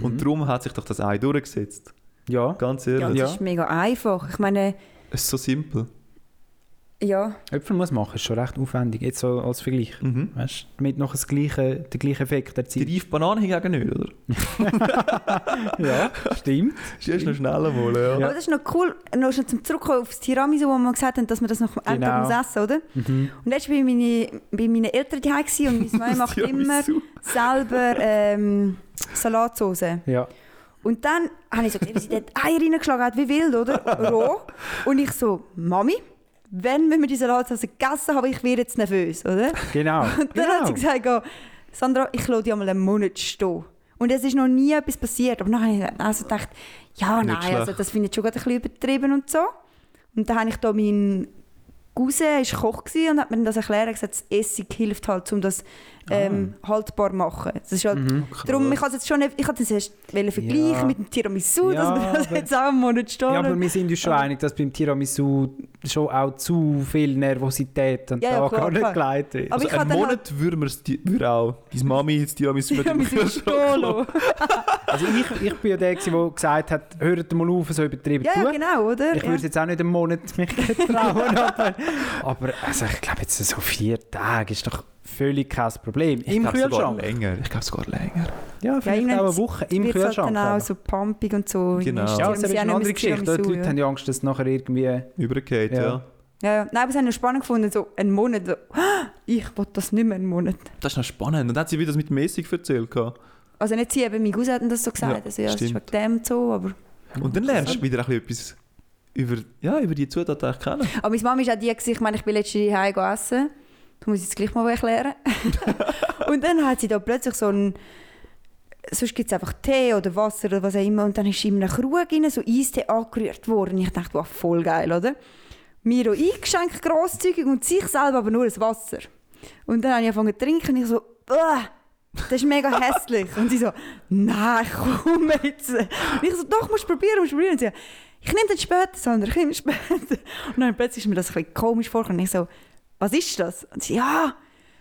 Speaker 5: Und darum hat sich doch das Ei durchgesetzt.
Speaker 4: Ja.
Speaker 5: Ganz
Speaker 3: Ja, das
Speaker 5: ehrlich,
Speaker 3: ist mega einfach. Ich meine,
Speaker 5: es ist so simpel.
Speaker 3: ja.
Speaker 4: Äpfel muss machen, ist schon recht aufwendig. Jetzt so als Vergleich.
Speaker 5: Mhm.
Speaker 4: Weißt du, damit noch das gleiche, den gleichen Effekt erzielt.
Speaker 5: Die reife Banane hingegen nicht, oder?
Speaker 4: ja, stimmt.
Speaker 5: Sie ist noch schneller mal, ja. Also
Speaker 3: Aber das ist noch cool, noch schon zum Zurückkommen auf das Tiramisu, wo wir gesagt haben, dass wir das noch am Ende
Speaker 4: Genau.
Speaker 3: muss essen, oder?
Speaker 4: Mhm.
Speaker 3: Und letztes war meine, bei meinen Eltern daheim gewesen und meine Mama macht immer
Speaker 5: Tiramisu.
Speaker 3: selber ähm, Salatsauce.
Speaker 4: Ja.
Speaker 3: Und dann habe ich so gesehen, wie sie dort Eier reingeschlagen hat, wie wild, oder? Roh. Und ich so, Mami, wenn wir die Salatsauce gegessen haben, ich werde jetzt nervös, oder?
Speaker 4: Genau.
Speaker 3: Und dann hat sie gesagt, oh, Sandra, ich lasse dich einmal einen Monat stehen. Und es ist noch nie etwas passiert. Aber dann habe ich also gedacht, ja,
Speaker 5: Nicht
Speaker 3: nein, also
Speaker 5: schlecht.
Speaker 3: das finde ich schon gerade ein bisschen übertrieben und so. Und dann habe ich da meinen Cousin, ist Koch gewesen, und hat mir das erklärt, er hat gesagt, das Essig hilft halt, um das
Speaker 4: Ah.
Speaker 3: ähm, haltbar zu machen. Das ist
Speaker 4: Mhm,
Speaker 3: halt, darum, ich habe jetzt schon, ich habe das erst wollen vergleichen
Speaker 4: Ja.
Speaker 3: mit dem Tiramisu,
Speaker 4: Ja,
Speaker 3: dass wir das
Speaker 4: aber-
Speaker 3: jetzt auch einen Monat stehen.
Speaker 4: Ja,
Speaker 3: lassen.
Speaker 4: aber wir sind uns schon einig, dass beim Tiramisu schon auch zu viel Nervosität an den
Speaker 3: Ja, ja,
Speaker 4: Tag
Speaker 3: klar,
Speaker 4: gar nicht
Speaker 3: klar.
Speaker 4: geleitet wird.
Speaker 3: Aber
Speaker 5: Also
Speaker 3: ich habe
Speaker 5: einen
Speaker 3: dann
Speaker 5: Monat würde man es die- würde auch deine Mami jetzt die Amis mit dem
Speaker 3: Tiramisu stehen lassen.
Speaker 4: Also ich, ich bin ja der, gewesen, der gesagt hat, hört mal auf, so übertrieben
Speaker 3: Ja,
Speaker 4: zu
Speaker 3: ja,
Speaker 4: tun.
Speaker 3: genau, oder?
Speaker 4: Ich
Speaker 3: Ja.
Speaker 4: würde es jetzt auch nicht einen Monat mich trauen. aber aber also ich glaube, jetzt so vier Tage ist doch völlig kein Problem. Im Kühlschrank.
Speaker 5: länger. Ich glaube sogar länger.
Speaker 4: Ja, vielleicht auch eine
Speaker 3: irgendwann
Speaker 4: Woche im
Speaker 3: wird es halt
Speaker 4: Kühlschrank.
Speaker 3: dann auch
Speaker 4: aber.
Speaker 3: so pumpig und so.
Speaker 5: Genau.
Speaker 3: Irgendwie
Speaker 4: ja,
Speaker 3: stimmt,
Speaker 4: das ist
Speaker 3: sie
Speaker 4: eine
Speaker 3: auch nicht
Speaker 4: andere
Speaker 3: mehr
Speaker 4: Geschichte.
Speaker 3: Tiramisu,
Speaker 4: Die Leute haben ja Angst, dass nachher irgendwie...
Speaker 5: Übergeht,
Speaker 4: Ja.
Speaker 5: ja.
Speaker 3: Ja, ja. Nein, aber es ist noch spannend gefunden, so einen Monat. so, «Ah, Ich will das nicht mehr einen Monat.
Speaker 5: Das ist noch spannend. Und dann hat sie wieder das mit Mäßig erzählt. gehabt.
Speaker 3: Also nicht sie, eben mein Cousin hat das so gesagt.
Speaker 5: Ja,
Speaker 3: also ja, es ist wegen
Speaker 5: stimmt.
Speaker 3: dem so, aber...
Speaker 5: Und dann lernst du wieder ein bisschen etwas über, ja, über die Zutaten eigentlich kennen.
Speaker 3: Aber meine Mama ist auch die, gewesen, ich meine, ich bin letztens heim essen. Das muss ich jetzt gleich mal erklären. und dann hat sie da plötzlich so einen... Sonst gibt es einfach Tee oder Wasser oder was auch immer. Und dann ist in einem Krug rein so Eistee angerührt worden. Ich dachte, wow, voll geil, oder? Mir auch eingeschenkt, grosszügig, und sich selber aber nur das Wasser. Und dann habe ich angefangen zu trinken und ich so, «Uah, das ist mega hässlich. Und sie so, nein, komm jetzt. Und ich so, doch, musst probieren, musst probieren. Und sie, ich nehme den später, Sandra, ich nehme den später. Und dann plötzlich ist mir das ein bisschen komisch vorgekommen. Und ich so, was ist das? Und sie, ja,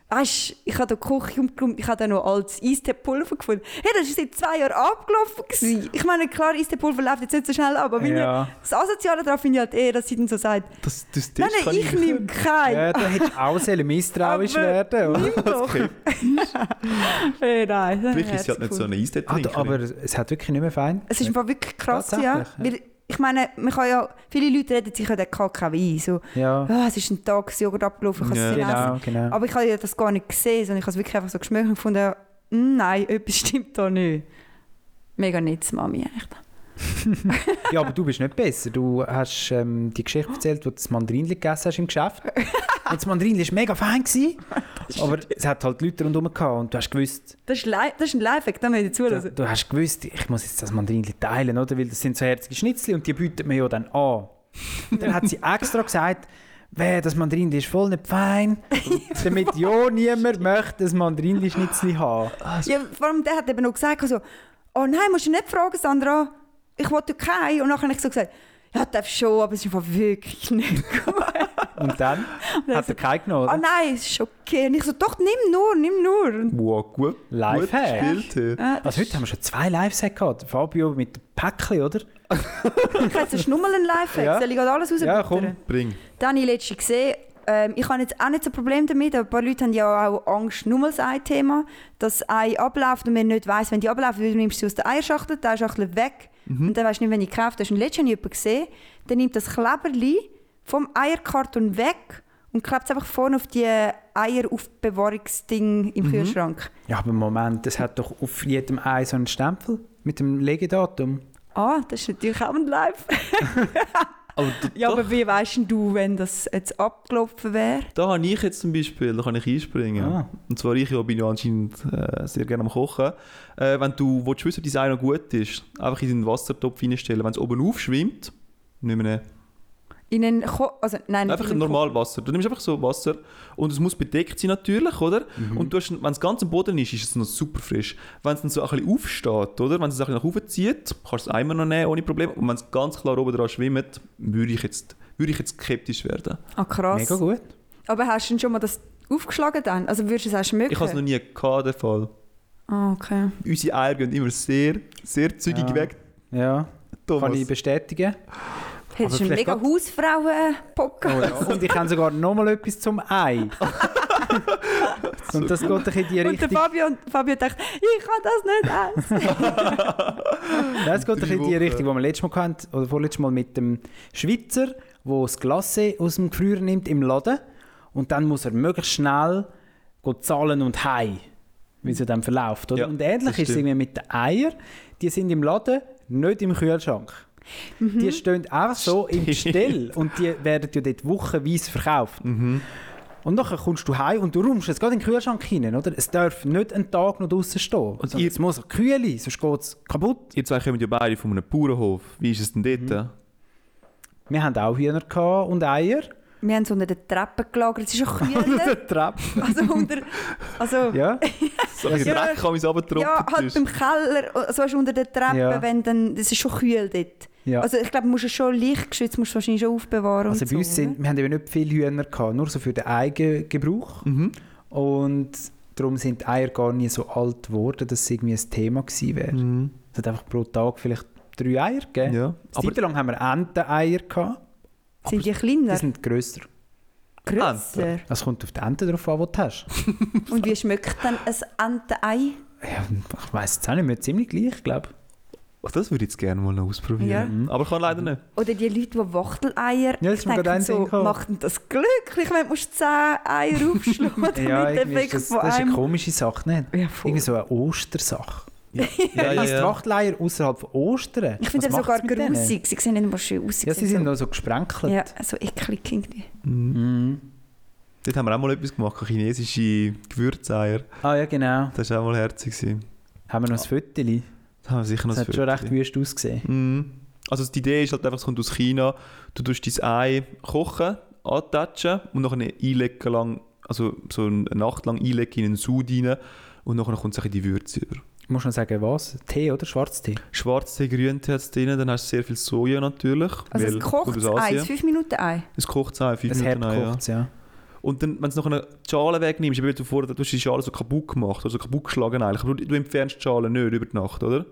Speaker 3: weißt du, ich habe da die Küche umgeräumt, ich habe da noch altes Eisteepulver gefunden. Hey, das ist seit zwei Jahren abgelaufen. Gewesen. Ich meine, klar, Eisteepulver läuft jetzt nicht so schnell ab, aber
Speaker 4: Ja.
Speaker 3: meine, das Asoziale daran finde ich halt eher, dass sie dann so sagt,
Speaker 5: Das, das Test
Speaker 3: nein,
Speaker 5: kann
Speaker 3: nein, ich nehme keinen.
Speaker 4: Ja, da hättest du auch sollen misstrauisch
Speaker 3: Aber-
Speaker 4: werden oder?
Speaker 3: Nimm doch. hey, nein. das
Speaker 5: Vielleicht
Speaker 3: hat
Speaker 5: ist sie halt nicht so
Speaker 3: gefunden.
Speaker 5: eine Eistee
Speaker 4: Ah, da- aber es hat wirklich nicht mehr fein.
Speaker 3: Es ist im Fall wirklich krass, ja.
Speaker 4: Tatsächlich, ja.
Speaker 3: Weil, ich meine, man kann ja, viele Leute reden sich ja den Kack auch ein. So,
Speaker 4: Ja,
Speaker 3: «Ah, es ist ein Tag, das Joghurt abgelaufen, ich kann
Speaker 5: Ja.
Speaker 3: es nicht
Speaker 4: genau,
Speaker 3: essen.
Speaker 4: genau.
Speaker 3: Aber ich habe ja das gar nicht gesehen, sondern ich habe es wirklich einfach so geschmeckt und gefunden, ja, mm, nein, etwas stimmt da nicht. Mega nett, Mami, echt.
Speaker 4: Ja, aber du bist nicht besser. Du hast ähm, die Geschichte erzählt, wo du das Mandarinli gegessen hast im Geschäft. Und das Mandarinli war mega fein. Gewesen, aber es hat halt Leute rundherum gehabt und du hast gewusst,
Speaker 3: Das ist, li- das ist ein Lifehack, da muss ich
Speaker 4: du,
Speaker 3: zulassen.
Speaker 4: du hast gewusst, ich muss jetzt das Mandarinli teilen, oder? Weil das sind so herzige Schnitzel und die bietet man ja dann an. Und dann hat sie extra gesagt, Wer, das Mandarinli ist voll nicht fein. damit ja niemand möchte ein Mandarinli-Schnitzel haben.
Speaker 3: Ja, vor allem der hat eben noch gesagt, also, oh nein, musst du nicht fragen, Sandra, ich wollte keinen. Und dann habe ich so gesagt, ja, darf schon, aber es ist einfach wirklich nicht gut.
Speaker 4: Und dann hat er keinen genommen,
Speaker 3: oh
Speaker 4: oder?
Speaker 3: nein, es ist okay. Und ich so, doch, nimm nur, nimm nur.
Speaker 5: Wow, gut.
Speaker 4: Lifehack.
Speaker 5: Gut gespielt. hey.
Speaker 3: Ja,
Speaker 4: Also heute haben wir schon zwei Live-Sets gehabt. Fabio mit dem Päckchen, oder?
Speaker 3: Ich habe jetzt einen Schnummel live
Speaker 4: Ja.
Speaker 3: ja. soll ich gerade alles rausbittern?
Speaker 4: Ja, komm.
Speaker 5: Bring.
Speaker 3: Dann habe ich letztens gesehen, ähm, ich habe jetzt auch nicht so ein Problem damit, aber ein paar Leute haben ja auch Angst, nur das ein Thema, dass ein abläuft und man nicht weiß, wenn die abläuft, weil du nimmst sie aus der Eierschachtel, die Eierschachtel weg
Speaker 5: Mhm.
Speaker 3: und dann weißt du nicht, wenn ich gekauft hast. Und letztens habe ich jemanden gesehen, der nimmt das Kleberli vom Eierkarton weg und klebt es einfach vorne auf die Eieraufbewahrungsding
Speaker 5: Mhm.
Speaker 3: im Kühlschrank.
Speaker 4: Ja, aber Moment, das hat doch auf jedem Ei so einen Stempel mit dem Legedatum.
Speaker 3: Ah, das ist natürlich auch ein Live.
Speaker 5: Aber d-
Speaker 3: Ja,
Speaker 5: doch,
Speaker 3: aber wie weißt denn du, wenn das jetzt abgelaufen wäre?
Speaker 5: da habe ich jetzt zum Beispiel, da kann ich einspringen.
Speaker 4: Ah.
Speaker 5: Und zwar ich ja, bin ja anscheinend äh, sehr gerne am Kochen. Äh, wenn du willst, wissen, ob dein Ei noch gut ist, einfach in den Wassertopf reinstellen. Wenn es oben aufschwimmt, nimm ihn.
Speaker 3: In einen Ko also, nein,
Speaker 5: Einfach
Speaker 3: in einen Ko-
Speaker 5: normal Wasser. Du nimmst einfach so Wasser und es muss bedeckt sein natürlich, oder? Und du hast, wenn es ganz am Boden ist, ist es noch super frisch. Wenn es dann so ein bisschen aufsteht, oder? Wenn es ein bisschen nach oben zieht, kannst du es einmal noch nehmen, ohne Probleme. Und wenn es ganz klar oben dran schwimmt, würde ich jetzt, würde ich jetzt skeptisch werden.
Speaker 3: Ah, krass.
Speaker 4: Mega gut.
Speaker 3: Aber hast du denn schon mal das aufgeschlagen dann? Also würdest du es auch schmecken?
Speaker 5: Ich habe es noch nie gehabt, den Fall.
Speaker 3: Ah, okay.
Speaker 5: Unsere Eier gehen immer sehr, sehr zügig
Speaker 4: Ja.
Speaker 5: weg,
Speaker 4: Ja,
Speaker 5: Thomas.
Speaker 4: kann ich bestätigen.
Speaker 3: Hättest du einen
Speaker 4: Also vielleicht
Speaker 3: mega
Speaker 4: grad- Oh,
Speaker 3: Hausfrauen-Pocken?
Speaker 4: Und ich habe sogar noch mal etwas zum Ei. Und das geht doch in die
Speaker 3: Und der
Speaker 4: Richtung,
Speaker 3: Fabio, Fabio denkt, ich kann das nicht essen.
Speaker 4: das geht doch in die
Speaker 5: Drei
Speaker 4: Richtung, wo wir letztes Mal hatten, oder vorletztes Mal mit dem Schweizer, wo das Glasse aus dem Gefrier nimmt im Laden und dann muss er möglichst schnell gehen zahlen und heim, wie es ja dann verläuft. Oder?
Speaker 5: Ja,
Speaker 4: und ähnlich
Speaker 5: das
Speaker 4: ist es
Speaker 5: stimmt.
Speaker 4: irgendwie mit den Eiern. Die sind im Laden, nicht im Kühlschrank. Die stehen einfach so im Gestell und die werden ja dort wochenweise verkauft.
Speaker 5: Mhm.
Speaker 4: Und nachher kommst du heim und du räumst es gerade in den Kühlschrank hinein, oder? Es darf nicht einen Tag noch draußen stehen. Und
Speaker 5: ihr-
Speaker 4: es muss kühlen, sonst geht es kaputt.
Speaker 5: Ihr zwei kommen ja beide von einem Bauernhof. Wie ist es denn dort?
Speaker 4: Mhm. Wir hatten auch Hühner gehabt und Eier.
Speaker 3: Wir haben es unter der Treppe gelagert. Es ist auch kühler.
Speaker 4: Der Trap.
Speaker 3: also unter... Also, ja,
Speaker 4: Ja.
Speaker 5: So ein bisschen
Speaker 3: Ja.
Speaker 5: Dreck kann man runtertropfen.
Speaker 3: halt im Keller, also weißt, du, unter der Treppe,
Speaker 4: Ja.
Speaker 3: wenn dann... Es ist schon kühl dort.
Speaker 4: ja. Also,
Speaker 3: Also ich glaube, du musst es schon leicht geschützt, musst du wahrscheinlich schon aufbewahren und
Speaker 4: bei uns
Speaker 3: so.
Speaker 4: sind, wir haben eben nicht viele Hühner gehabt, nur so für den eigenen Gebrauch.
Speaker 5: Mhm.
Speaker 4: Und darum sind die Eier gar nie so alt geworden, dass es irgendwie ein Thema gewesen wäre.
Speaker 5: Mhm.
Speaker 4: Es hat einfach pro Tag vielleicht drei Eier gegeben.
Speaker 5: Ja.
Speaker 4: Eine Zeit lang haben wir Enteneier gehabt.
Speaker 3: Sind die
Speaker 4: Die
Speaker 3: kleiner?
Speaker 4: sind grösser.
Speaker 3: Grösser?
Speaker 4: Das kommt auf die Ente drauf an, die du hast.
Speaker 3: Und wie schmeckt dann ein Entenei?
Speaker 4: Ja, ich weiss es auch nicht mehr, ziemlich gleich, glaube
Speaker 5: Oh, das würde ich jetzt gerne mal noch ausprobieren.
Speaker 3: Ja.
Speaker 5: Mhm. Aber kann leider nicht.
Speaker 3: Oder die Leute, die Wachteleier
Speaker 4: Ja, das
Speaker 3: ich
Speaker 4: ist mir gerade
Speaker 3: denke
Speaker 4: ein Ding
Speaker 3: so,
Speaker 4: gekommen.
Speaker 3: macht denn das glücklich, wenn du 10 Eier aufschlagen damit
Speaker 4: ich. Ja,
Speaker 3: der
Speaker 4: irgendwie
Speaker 3: Weg
Speaker 4: ist das,
Speaker 3: von
Speaker 4: das ist eine
Speaker 3: einem...
Speaker 4: komische Sache, nicht?
Speaker 3: Ja, voll.
Speaker 4: Irgendwie so eine Ostersache.
Speaker 5: Ja,
Speaker 4: Wer isst Wachteleier außerhalb von Ostern?
Speaker 3: Ich finde
Speaker 4: Was
Speaker 3: das sogar
Speaker 4: macht's mit denen?
Speaker 3: grusig. Sie sehen nicht mal schön aus.
Speaker 4: Ja, sie
Speaker 3: sehen
Speaker 4: sind noch so gesprenkelt.
Speaker 3: so, ja, so eklig irgendwie.
Speaker 5: Dort haben wir auch mal etwas gemacht, chinesische Gewürzeier.
Speaker 4: Ah ja, genau.
Speaker 5: Das war auch mal herzig. gewesen.
Speaker 4: Haben wir noch ein Föteli?
Speaker 5: Da haben wir sicher noch
Speaker 4: Das
Speaker 5: ein
Speaker 4: hat schon recht
Speaker 5: Ah. Viertel.
Speaker 4: wüst ausgesehen.
Speaker 5: Mhm. Also die Idee ist halt einfach, es kommt aus China, du tust dein Ei kochen, antatschen und nachher einlegen lang, also so eine Nacht lang einlegen in einen Sud rein und nachher kommt es ein bisschen die Würze über.
Speaker 4: Ich muss noch sagen, was? Tee oder Schwarztee?
Speaker 5: Schwarztee, Grüntee hat es drin, dann hast du sehr viel Soja natürlich.
Speaker 3: Also
Speaker 5: weil-
Speaker 3: es kocht
Speaker 5: kommt aus
Speaker 3: das Ei,
Speaker 5: Asien.
Speaker 3: 5 Minuten Ei.
Speaker 5: Es kocht es auch, fünf
Speaker 4: Das
Speaker 5: Minuten. Ei, genau, ja.
Speaker 4: Herdkocht, ja.
Speaker 5: Und dann, wenn du noch eine Schale wegnimmst, eben, weil du vorher du hast die Schale so kaputt gemacht, also kaputt geschlagen eigentlich. Aber du, du entfernst die Schale nicht über die Nacht, oder?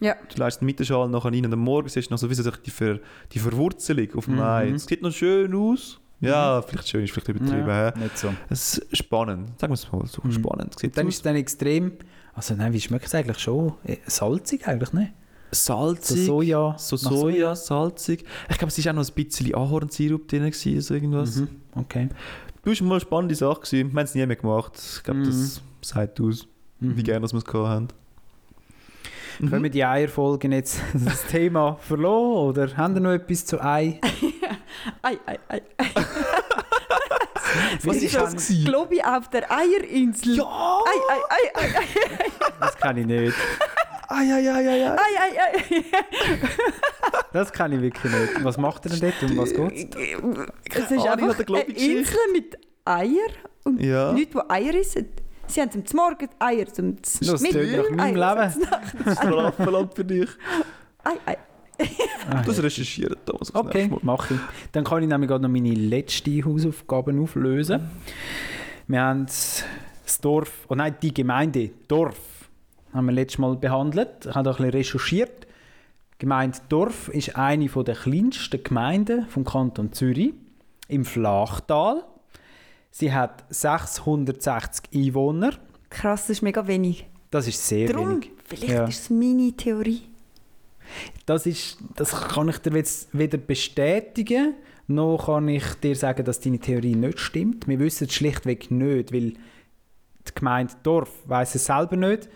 Speaker 3: Ja.
Speaker 5: Du leistest mit der Schale nachher rein und am Morgen siehst du noch so wie so die, Ver, die Verwurzelung auf dem
Speaker 4: Mhm.
Speaker 5: Ei. Es sieht noch schön aus. Ja, vielleicht schön ist vielleicht übertrieben. hä?
Speaker 4: Nicht so.
Speaker 5: Es ist spannend, sagen wir es mal so.
Speaker 4: Mhm.
Speaker 5: Spannend. Sieht
Speaker 4: Und dann
Speaker 5: aus.
Speaker 4: ist es dann extrem... Also nein, wie schmeckt es eigentlich schon? Äh, Salzig eigentlich, ne? So
Speaker 5: salzig.
Speaker 4: Soja.
Speaker 5: so
Speaker 4: nach
Speaker 5: Soja, salzig. Ich glaube, es war auch noch ein bisschen Ahornsirup drin, gewesen, so irgendwas.
Speaker 4: Mhm. Okay.
Speaker 5: Du warst mal eine spannende Sache. gewesen. Wir haben es nie mehr gemacht. Ich glaube,
Speaker 4: Mhm.
Speaker 5: das sagt aus, wie
Speaker 4: Mhm.
Speaker 5: gerne dass wir es gehabt haben. Mhm.
Speaker 4: Können wir die Eierfolgen jetzt das Thema verloren oder haben wir noch etwas zu Ei?
Speaker 3: Ei, Ei, Ei.
Speaker 5: Was
Speaker 3: Sie
Speaker 5: ist
Speaker 3: so
Speaker 5: das gewesen?
Speaker 3: Globi auf der Eierinsel.
Speaker 5: Ja!
Speaker 3: Ei, Ei, Ei, Ei, Ei,
Speaker 4: Das kann ich nicht.
Speaker 5: Ai, ai, ai, ai, ai.
Speaker 3: Ei, Ei, Ei.
Speaker 4: Das kann ich wirklich nicht. Was macht er denn dort und was geht's?
Speaker 3: Es ist
Speaker 5: Ahnung,
Speaker 3: einfach
Speaker 5: hat er, glaub ich,
Speaker 3: eine Insel mit Eier und
Speaker 5: Ja.
Speaker 3: Leute, die Eier essen. Sie haben zum Morgen Eier, zum
Speaker 4: Das tönt nach meinem
Speaker 3: Eier
Speaker 4: Leben.
Speaker 5: Das ist Strafenland für dich.
Speaker 3: Ei, ei.
Speaker 5: Das recherchieren, Thomas. das
Speaker 4: Okay,
Speaker 5: nächste Mal.
Speaker 4: mache ich. Dann kann ich nämlich gerade noch meine letzte Hausaufgabe auflösen. Wir haben das Dorf, oh nein, die Gemeinde, Dorf, haben wir letztes Mal behandelt. Ich habe da ein bisschen recherchiert. Die Gemeinde Dorf ist eine der kleinsten Gemeinden vom Kanton Zürich im Flachtal. Sie hat 660 Einwohner.
Speaker 3: Krass, das ist mega wenig.
Speaker 4: Das ist sehr
Speaker 3: Darum,
Speaker 4: wenig.
Speaker 3: vielleicht
Speaker 4: Ja.
Speaker 3: ist es meine Theorie.
Speaker 4: Das, ist, das kann ich dir jetzt weder bestätigen, noch kann ich dir sagen, dass deine Theorie nicht stimmt. Wir wissen es schlichtweg nicht, weil die Gemeinde Dorf weiß es selber nicht.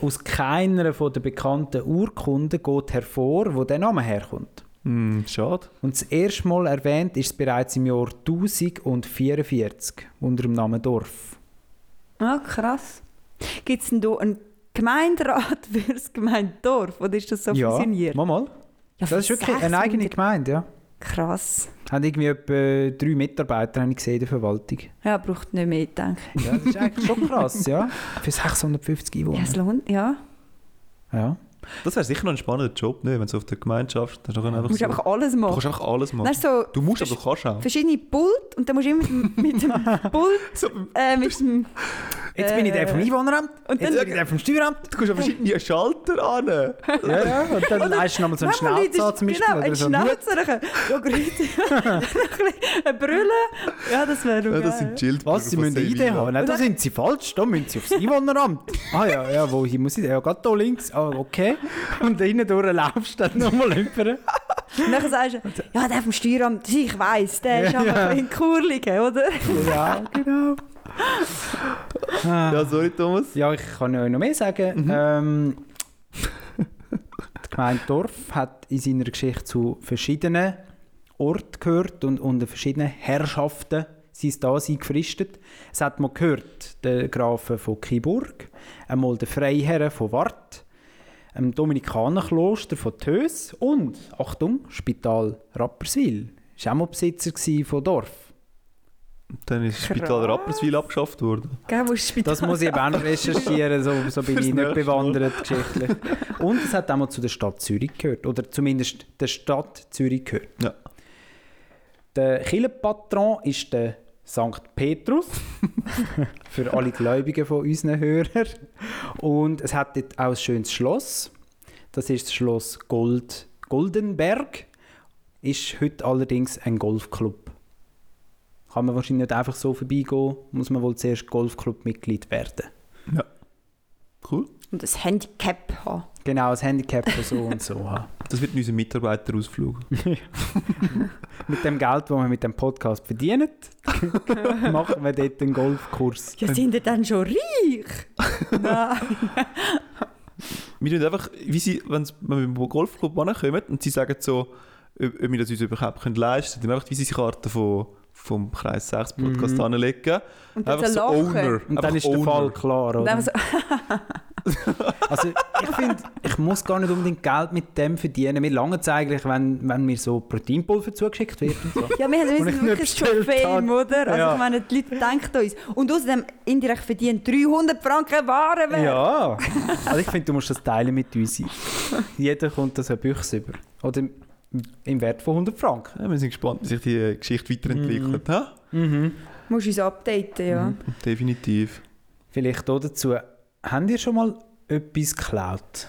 Speaker 4: Aus keiner von der bekannten Urkunden geht hervor, wo der Name herkommt.
Speaker 5: Hm, schade.
Speaker 4: Und das erste Mal erwähnt ist es bereits im Jahr 1044 unter dem Namen Dorf.
Speaker 3: Ah, krass. Gibt es denn da einen Gemeinderat für das Gemeindorf? Oder ist das so
Speaker 4: ja,
Speaker 3: fusioniert?
Speaker 4: mal, mal.
Speaker 3: Ja,
Speaker 4: Das ist wirklich eine
Speaker 3: 600
Speaker 4: eigene Gemeinde, ja.
Speaker 3: Krass.
Speaker 4: Haben irgendwie etwa drei Mitarbeiter, habe ich gesehen, in der Verwaltung.
Speaker 3: Ja, braucht nicht mehr, denke ich.
Speaker 4: Ja, das ist eigentlich schon krass, ja. Für 650
Speaker 3: Ja,
Speaker 4: Einwohner.
Speaker 3: es lohnt, ja.
Speaker 4: Ja.
Speaker 5: Das wäre sicher noch ein spannender Job, ne? wenn du auf der Gemeinde schaffst. Dann kannst du
Speaker 3: Du
Speaker 5: einfach,
Speaker 3: musst
Speaker 5: so,
Speaker 3: einfach alles
Speaker 5: du
Speaker 3: machen.
Speaker 5: kannst einfach alles
Speaker 3: Dann
Speaker 5: machen.
Speaker 3: hast du so
Speaker 5: Du musst, aber du kannst auch.
Speaker 3: verschiedene Pult und dann musst du immer mit, dem- mit dem Pult,
Speaker 5: So, du
Speaker 3: äh, mit dem...
Speaker 4: Jetzt bin ich der vom Einwohneramt,
Speaker 3: Und
Speaker 4: jetzt
Speaker 3: dann...
Speaker 4: bin ich der vom Steueramt.
Speaker 5: kannst an verschiedene Schalter an.
Speaker 4: Ja, ja. Und dann leistest du nochmal so einen
Speaker 3: Manchmal Leute
Speaker 4: Schnauzer an
Speaker 3: ist-
Speaker 4: zum Beispiel.
Speaker 3: Genau,
Speaker 4: oder
Speaker 3: ein
Speaker 4: so einen Hut.
Speaker 3: Schnauzer. ein bisschen- Ja, grüezi. Ein Brüllen. Ja, das wäre doch
Speaker 5: Ja, das
Speaker 3: geil.
Speaker 5: sind Schild.
Speaker 4: Was, sie müssen eine Idee haben? Nein, da sind sie falsch, da müssen sie aufs Einwohneramt. Ah ja, ja, wo hin muss ich? Ja, gerade da links. Ah, okay. Und da hinten durch laufst du dann nochmal rüber.
Speaker 3: Und dann sagst du, ja, der vom Steueramt, ich weiss, der ist aber in Kurligen, oder?
Speaker 4: Ja, genau. Ah.
Speaker 5: Ja, sorry, Thomas.
Speaker 4: Ja, ich kann euch noch mehr sagen. Ähm, die Gemeinde Dorf hat in seiner Geschichte zu verschiedenen Orten gehört und unter verschiedenen Herrschaften sein Dasein gefristet. Es hat man gehört, der Grafen von Kiburg, einmal der Freiherren von Wart, im Dominikanerkloster von Tös und, Achtung, Spital Rapperswil. Ist auch mal Besitzer gewesen von Dorf.
Speaker 5: Dann ist das Spital
Speaker 3: Krass.
Speaker 5: Rapperswil abgeschafft worden.
Speaker 3: Gell, wo ist das Spital?
Speaker 4: Das muss ich eben auch noch recherchieren, so, so bin
Speaker 5: Fürs
Speaker 4: ich nicht
Speaker 5: nächste Mal.
Speaker 4: bewandert geschichtlich. Und es hat auch mal zu der Stadt Zürich gehört, oder zumindest der Stadt Zürich gehört.
Speaker 5: Ja.
Speaker 4: Der Kirchenpatron ist der Sankt Petrus, für alle Gläubigen von unseren Hörern. Und es hat dort auch ein schönes Schloss. Das ist das Schloss Gold, Goldenberg. Ist heute allerdings ein Golfclub. Kann man wahrscheinlich nicht einfach so vorbeigehen, muss man wohl zuerst Golfclub-Mitglied werden.
Speaker 5: Cool.
Speaker 3: Und das Handicap haben.
Speaker 4: Genau, das Handicap von so und so haben.
Speaker 5: Das wird unser Mitarbeiterausflug.
Speaker 4: Mit dem Geld, das wir mit dem Podcast verdienen, machen wir dort einen Golfkurs.
Speaker 3: Ja, sind ihr dann schon reich? Nein.
Speaker 5: Wir tun einfach, wie sie, wenn's- wenn wir mit dem Golfclub ankommen und sie sagen so, ob, ob wir das uns überhaupt können leisten können, einfach wie sie die Karte von, vom Kreis 6 Podcast
Speaker 4: Mhm.
Speaker 5: anlegen.
Speaker 3: Und dann
Speaker 5: Einfach so
Speaker 3: so lachen.
Speaker 5: Owner.
Speaker 4: Und
Speaker 5: einfach
Speaker 4: dann ist der
Speaker 5: Owner.
Speaker 4: Fall klar,
Speaker 3: Und
Speaker 4: oder?
Speaker 3: dann so,
Speaker 4: Also ich finde, ich muss gar nicht unbedingt Geld mit dem verdienen. Mir lange es eigentlich, wenn, wenn mir so Proteinpulver zugeschickt wird und so.
Speaker 3: ja, wir haben
Speaker 4: Und ich
Speaker 3: wir
Speaker 4: nicht
Speaker 3: sind wirklich schon
Speaker 4: bestellt
Speaker 3: Fame,
Speaker 4: habe.
Speaker 3: oder? Also
Speaker 4: Ja.
Speaker 3: ich meine, die Leute denken uns. Und außerdem, indirekt verdienen 300 Franken Warenwert.
Speaker 4: Ja, also ich finde, du musst das teilen mit uns. Jeder kommt das eine Büchse über. Oder im- im Wert von 100 Franken.
Speaker 5: Ja, wir sind gespannt, wie sich die äh, Geschichte
Speaker 3: Mhm.
Speaker 5: weiterentwickelt. hä?
Speaker 3: Musst uns updaten, ja.
Speaker 4: Mhm.
Speaker 5: Definitiv.
Speaker 4: Vielleicht auch dazu. Habt ihr schon mal etwas geklaut?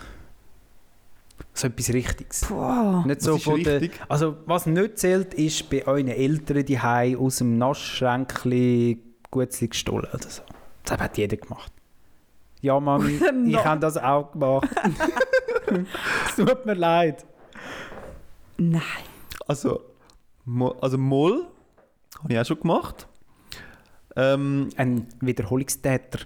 Speaker 4: So etwas Richtiges?
Speaker 3: Boah.
Speaker 4: Nicht
Speaker 5: Was
Speaker 4: so
Speaker 5: ist
Speaker 4: von der,
Speaker 5: richtig?
Speaker 4: also was nicht zählt, ist bei euren Eltern die aus dem Naschschränkli Gutzli gestohlen oder so. Das hat jeder gemacht. Ja, Mami,
Speaker 3: dem
Speaker 4: ich
Speaker 3: Nasch-
Speaker 4: habe das auch gemacht. es tut mir leid.
Speaker 3: Nein.
Speaker 5: Also, mo- also Moll habe ich auch schon gemacht. Ähm,
Speaker 4: Ein Wiederholungstäter.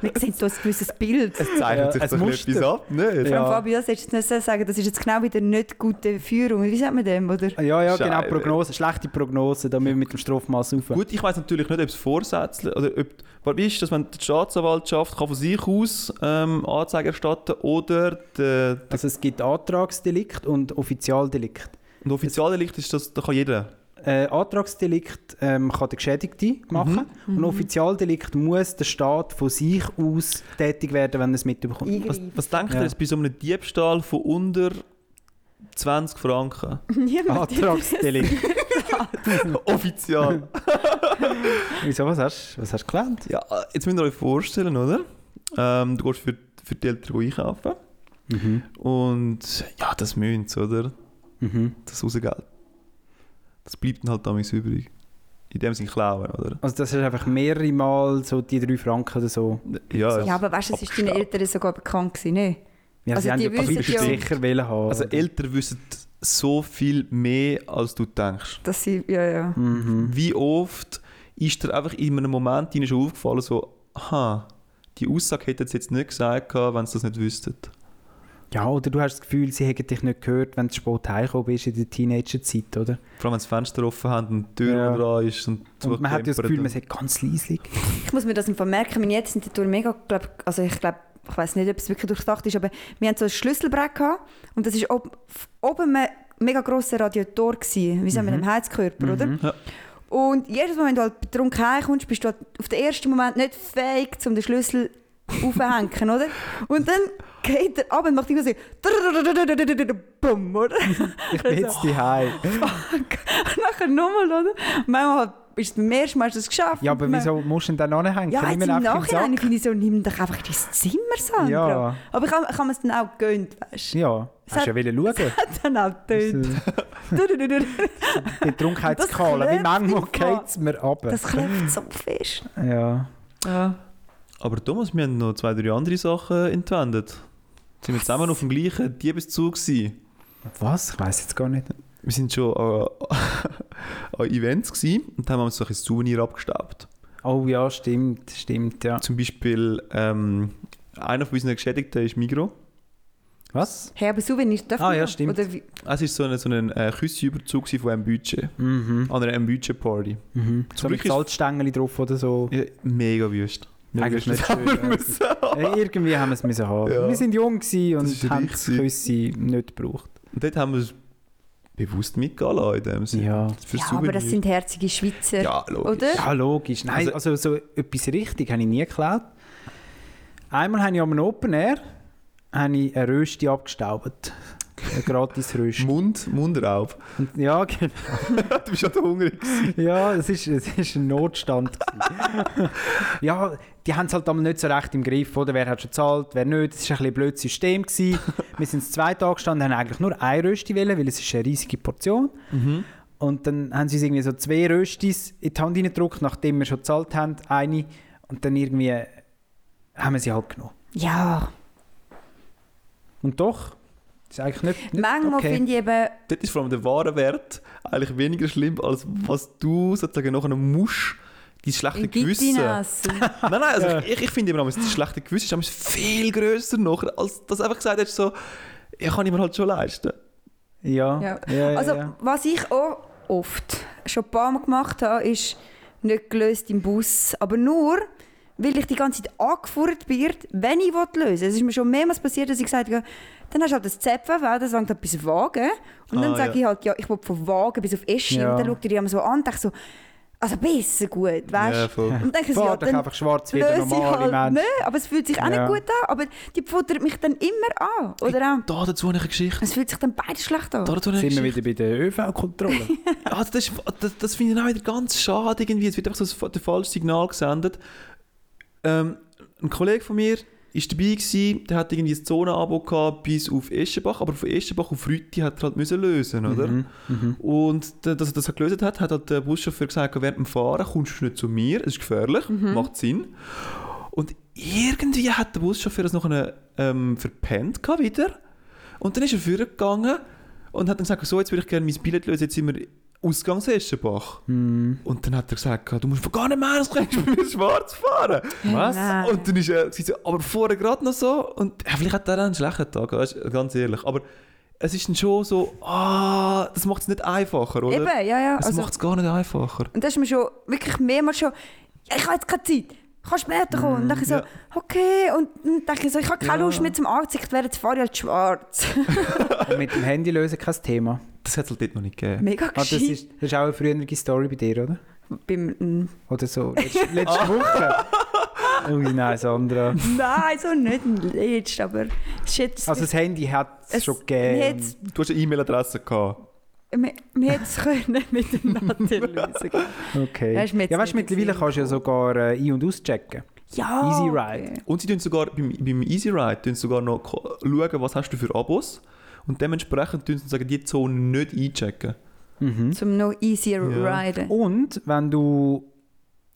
Speaker 3: Wir sehen so ein gewisses Bild.
Speaker 5: es zeichnet
Speaker 4: Ja,
Speaker 5: sich
Speaker 4: es
Speaker 5: doch
Speaker 4: Muster.
Speaker 5: etwas ab. Nicht?
Speaker 3: Vor allem
Speaker 4: Ja.
Speaker 3: Fabio, das hättest du jetzt nicht sagen, das ist jetzt genau wieder nicht gute Führung. Wie sagt man dem, oder?
Speaker 4: ja, ja,
Speaker 5: Scheibe.
Speaker 4: genau, Prognose. Schlechte Prognose, da müssen wir mit dem Strafmaß rauf.
Speaker 5: Gut, ich weiß natürlich nicht, ob es Vorsätze oder ob. weil Wie ist das, wenn die Staatsanwaltschaft kann von sich aus ähm, Anzeige erstatten oder der, der
Speaker 4: Also es gibt Antragsdelikt und Offizialdelikt.
Speaker 5: ein Offizialdelikt ist das, da kann jeder.
Speaker 4: Äh, Antragsdelikt ähm, kann der Geschädigte machen
Speaker 3: Mhm.
Speaker 4: und Offizialdelikt muss der Staat von sich aus tätig werden, wenn er es mitbekommt.
Speaker 5: Was,
Speaker 3: Eingreifen.
Speaker 5: was denkt
Speaker 4: Ja.
Speaker 5: ihr jetzt bei so einem Diebstahl von unter 20 Franken?
Speaker 4: Ah,
Speaker 3: Niemand.
Speaker 4: Antragsdelikt.
Speaker 5: Offizial.
Speaker 4: Wieso, was hast du was hast du gelernt?
Speaker 5: ja, äh, jetzt müsst ihr euch vorstellen, oder? Ähm, du gehst für, für die Eltern einkaufen
Speaker 4: Mhm.
Speaker 5: und ja, das müsst ihr, oder?
Speaker 4: Mhm.
Speaker 5: Das Rausgeld. Das bleibt dann halt damals übrig. In dem Sinne klauen, oder?
Speaker 4: Also das ist einfach mehrere Mal so die drei Franken oder so.
Speaker 5: Ja,
Speaker 3: Ja, aber weißt du, es ist deinen
Speaker 5: Abgestaubt.
Speaker 3: Eltern sogar bekannt gewesen, ne?
Speaker 4: Ja,
Speaker 3: Also
Speaker 4: sie haben
Speaker 3: die
Speaker 4: ja
Speaker 3: wissen
Speaker 4: Papier
Speaker 5: ja-
Speaker 4: sicher wollen haben.
Speaker 5: Also Eltern wissen so viel mehr, als du denkst.
Speaker 3: Dass sie, ja, ja.
Speaker 4: Mhm.
Speaker 5: Wie oft ist dir einfach in einem Moment ihnen schon aufgefallen, so, aha, die Aussage hätten sie jetzt nicht gesagt, gehabt, wenn sie das nicht wüssten.
Speaker 4: Ja, oder du hast das Gefühl, sie hätten dich nicht gehört, wenn du spät heimgekommen bist in der Teenagerzeit, oder?
Speaker 5: Vor allem, wenn das Fenster offen haben und die Tür
Speaker 4: Ja.
Speaker 5: dran ist. Und,
Speaker 4: Und man hat ja das
Speaker 5: zugekempert
Speaker 4: Gefühl, man
Speaker 5: und-
Speaker 4: sagt ganz leislich.
Speaker 3: Ich muss mir das im Fall merken. Meine jetzt sind die Tour mega, glaub, also ich glaube, ich weiß nicht, ob es wirklich durchdacht ist, aber wir hatten so ein Schlüsselbrett gehabt und das war ob, f- oben ein mega grosser Radiator, gewesen, wie sagen wir, dem Heizkörper, oder?
Speaker 5: Ja.
Speaker 3: Und jedes Mal, wenn du halt betrunken heimkommst, bist du halt auf den ersten Moment nicht fähig, um den Schlüssel aufzuhängen, oder? Und dann geht er ab und macht immer so «Bumm», oder?
Speaker 4: Ich bin jetzt
Speaker 3: Also,
Speaker 4: die
Speaker 3: Fuck. Und nachher nochmal, oder? Und Manchmal halt ist es beim ersten Mal hast du es geschafft.
Speaker 4: Ja, aber
Speaker 3: Und man-
Speaker 4: wieso musst du ihn dann anhängen?
Speaker 3: Ja,
Speaker 4: Nimm
Speaker 3: jetzt im
Speaker 4: ihn einfach in den Sack.
Speaker 3: Nachhinein finde ich so, nimm doch einfach dein Zimmer, Sandra.
Speaker 4: Ja.
Speaker 3: Aber ich habe hab mir es dann auch gegönnt, weißt du?
Speaker 4: Ja,
Speaker 3: Es
Speaker 4: hast
Speaker 3: hat-
Speaker 4: ja wollen schauen.
Speaker 3: Hat dann auch getönt.
Speaker 4: Die Trunkenheitskala, wie
Speaker 3: Das
Speaker 4: manchmal
Speaker 3: klebt im
Speaker 4: geht es mir ab.
Speaker 3: Das klebt so fest.
Speaker 4: Ja.
Speaker 5: Aber Thomas, wir haben noch zwei, drei andere Sachen entwendet. Sind wir zusammen auf dem gleichen Diebeszug gewesen?
Speaker 4: Was? Ich weiß jetzt gar nicht.
Speaker 5: Wir sind schon an, an Events gewesen und haben uns so ein Souvenir abgestaubt.
Speaker 4: Oh ja, stimmt, stimmt, ja.
Speaker 5: Zum Beispiel, ähm, einer von unseren Geschädigten ist Migro.
Speaker 4: Was?
Speaker 3: Hey, aber Souvenir darf
Speaker 4: Ah,
Speaker 3: man
Speaker 4: ja,
Speaker 3: noch?
Speaker 4: stimmt.
Speaker 3: Oder wie?
Speaker 5: Es war so ein, so ein äh, Küssenüberzug von einem Budget.
Speaker 4: Mhm.
Speaker 5: An einer M-Budget-Party.
Speaker 4: mhm. So
Speaker 5: Zum
Speaker 4: mit
Speaker 5: Glück ist-
Speaker 4: Salzstängel drauf oder so.
Speaker 5: Ja, mega wüst. Mega
Speaker 4: Eigentlich
Speaker 5: wüst.
Speaker 4: nicht schön. Äh, irgendwie haben wir es müssen haben.
Speaker 5: Ja.
Speaker 4: Wir sind jung gewesen
Speaker 5: Das
Speaker 4: und
Speaker 5: ist
Speaker 4: haben
Speaker 5: richtig.
Speaker 4: die Küsse nicht gebraucht.
Speaker 5: Und dort haben wir es bewusst mitgehen lassen in dem Sinne.
Speaker 4: Ja.
Speaker 5: Für
Speaker 3: ja, aber
Speaker 5: Souvenir.
Speaker 3: das sind herzige Schweizer.
Speaker 5: Ja, logisch.
Speaker 3: Oder?
Speaker 4: Ja, logisch. Nein, also, so etwas richtig habe ich nie geklaut. Einmal habe ich am Open Air habe ich eine Rösti abgestaubt. Eine gratis Rösti.
Speaker 5: Mund, Mundraub.
Speaker 4: Und- ja, genau.
Speaker 5: du bist ja da hungrig.
Speaker 4: Ja, es ist, es ist ein Notstand. gewesen. ja, die haben es halt damals nicht so recht im Griff, oder? Wer hat schon gezahlt, wer nicht. Es war ein bisschen ein blödes System. Gewesen. Wir sind zwei Tage gestanden, haben eigentlich nur eine Rösti wählen, weil es ist eine riesige Portion.
Speaker 3: Mhm.
Speaker 4: Und dann haben sie uns irgendwie so zwei Röstis in die Hand reingedrückt, nachdem wir schon gezahlt haben, eine. Und dann irgendwie haben wir sie halt genommen.
Speaker 3: Ja.
Speaker 4: Und doch, ist eigentlich nicht, nicht
Speaker 3: Manchmal
Speaker 4: okay.
Speaker 3: finde ich eben,
Speaker 5: Dort ist vor allem der wahre Wert eigentlich weniger schlimm, als was du sozusagen nachher musst, dein schlechte
Speaker 3: in
Speaker 5: Gewissen. Nein,
Speaker 3: Gittinas.
Speaker 5: nein, also ich, ich finde immer, damals, das schlechte Gewissen ist damals viel grösser nachher, als dass du einfach gesagt hast, so, ja, kann ich mir halt schon leisten.
Speaker 4: Ja.
Speaker 3: Ja.
Speaker 4: ja, ja,
Speaker 3: Also,
Speaker 4: ja.
Speaker 3: was ich auch oft schon ein paar Mal gemacht habe, ist nicht gelöst im Bus. Aber nur, weil ich die ganze Zeit angefordert wird, wenn ich lösen will. Es ist mir schon mehrmals passiert, dass ich gesagt habe, dann hast du halt das Zepfen, weil das langt etwas Wagen. Und dann
Speaker 5: Ah,
Speaker 3: sage
Speaker 5: ja.
Speaker 3: ich halt, ja, ich will von Wagen bis auf Eschi.
Speaker 4: Ja.
Speaker 3: Und dann schaut er die immer so an und denkt so, also besser gut,
Speaker 5: Ja,
Speaker 3: weißt du?
Speaker 5: voll.
Speaker 3: und dann denke ich so, ja,
Speaker 4: Fahr doch
Speaker 3: dann
Speaker 4: einfach schwarz wie der
Speaker 3: löse ich
Speaker 4: normale
Speaker 3: halt
Speaker 4: Mensch.
Speaker 3: nicht. Aber es fühlt sich auch
Speaker 4: Ja.
Speaker 3: nicht gut an. Aber die fordert mich dann immer an. Oder auch,
Speaker 5: Da dazu habe ich eine Geschichte.
Speaker 3: es fühlt sich dann beides schlecht an.
Speaker 5: Da dazu habe ich
Speaker 4: Sind
Speaker 5: eine
Speaker 4: wir
Speaker 5: Geschichte.
Speaker 4: wieder bei der ÖV-Kontrolle?
Speaker 5: Also das ist- das, das finde ich auch wieder ganz schade irgendwie. Es wird einfach so das fa- das falsche Signal gesendet. Ähm, ein Kollege von mir ist dabei gewesen, der hat irgendwie ein Zonenabo gehabt bis auf Eschenbach, aber von Eschenbach auf Rütti hat er halt müssen lösen, oder? Und d- dass er das halt gelöst hat, hat halt der Buschauffeur gesagt, während dem Fahren kommst du nicht zu mir, es ist gefährlich, macht Sinn. Und irgendwie hat der Buschauffeur das noch eine, ähm, verpennt gehabt wieder. Und dann ist er vorgegangen und hat dann gesagt, so, jetzt würde ich gerne mein Billett lösen, jetzt sind wir Ausgangs Eschenbach. Und dann hat er gesagt, du musst gar nicht mehr, sonst kannst du mit mir schwarz fahren.
Speaker 4: Was?
Speaker 3: Nein.
Speaker 5: Und dann ist er gesagt, so, aber vorher gerade noch so. Und ja, vielleicht hat er einen schlechten Tag, weißt, du, ganz ehrlich. Aber es ist dann schon so, ah, das macht es nicht einfacher, oder?
Speaker 3: Eben, ja, ja.
Speaker 5: Das
Speaker 3: Also,
Speaker 5: macht es gar nicht einfacher.
Speaker 3: und das ist mir schon wirklich mehrmals schon, ich habe jetzt keine Zeit. Kannst später kommen.
Speaker 4: Mm,
Speaker 3: und dann ich so,
Speaker 5: ja.
Speaker 3: okay. Und dann denke ich so, ich habe keine
Speaker 5: Ja.
Speaker 3: Lust mehr zum Arzt, ich werde jetzt fahre ich halt schwarz.
Speaker 4: Und mit dem Handy lösen kein Thema.
Speaker 5: Das hat es halt dort noch nicht gegeben.
Speaker 3: Mega
Speaker 4: Ah, das,
Speaker 3: gescheit.
Speaker 4: ist, das ist auch eine frühere Story bei dir, oder?
Speaker 3: Beim, mm.
Speaker 4: Oder so, letzte, letzte Woche. Ui, nein, Sandra.
Speaker 3: Nein, so nicht ein Letzt, aber es ist jetzt...
Speaker 4: Also das Handy hat es schon gegeben.
Speaker 3: jetzt,
Speaker 5: Du hast eine E-Mail-Adresse gehabt.
Speaker 3: wir, wir hätten es können miteinander lösen
Speaker 4: Okay.
Speaker 3: Weisst du, mir jetzt
Speaker 4: ja, weißt du,
Speaker 3: nicht in den
Speaker 4: mittlerweile Ah,
Speaker 3: Sinn
Speaker 4: kannst du ja sogar äh, ein- und auschecken.
Speaker 3: Ja.
Speaker 4: Easy Ride.
Speaker 3: okay.
Speaker 5: Und sie tun sogar beim, beim Easy Ride tun sie sogar noch ko- schauen, was hast du für Abos und dementsprechend tun sie sagen, die Zone nicht einchecken.
Speaker 3: Zum noch easier
Speaker 5: Ja.
Speaker 3: riden.
Speaker 4: Und wenn du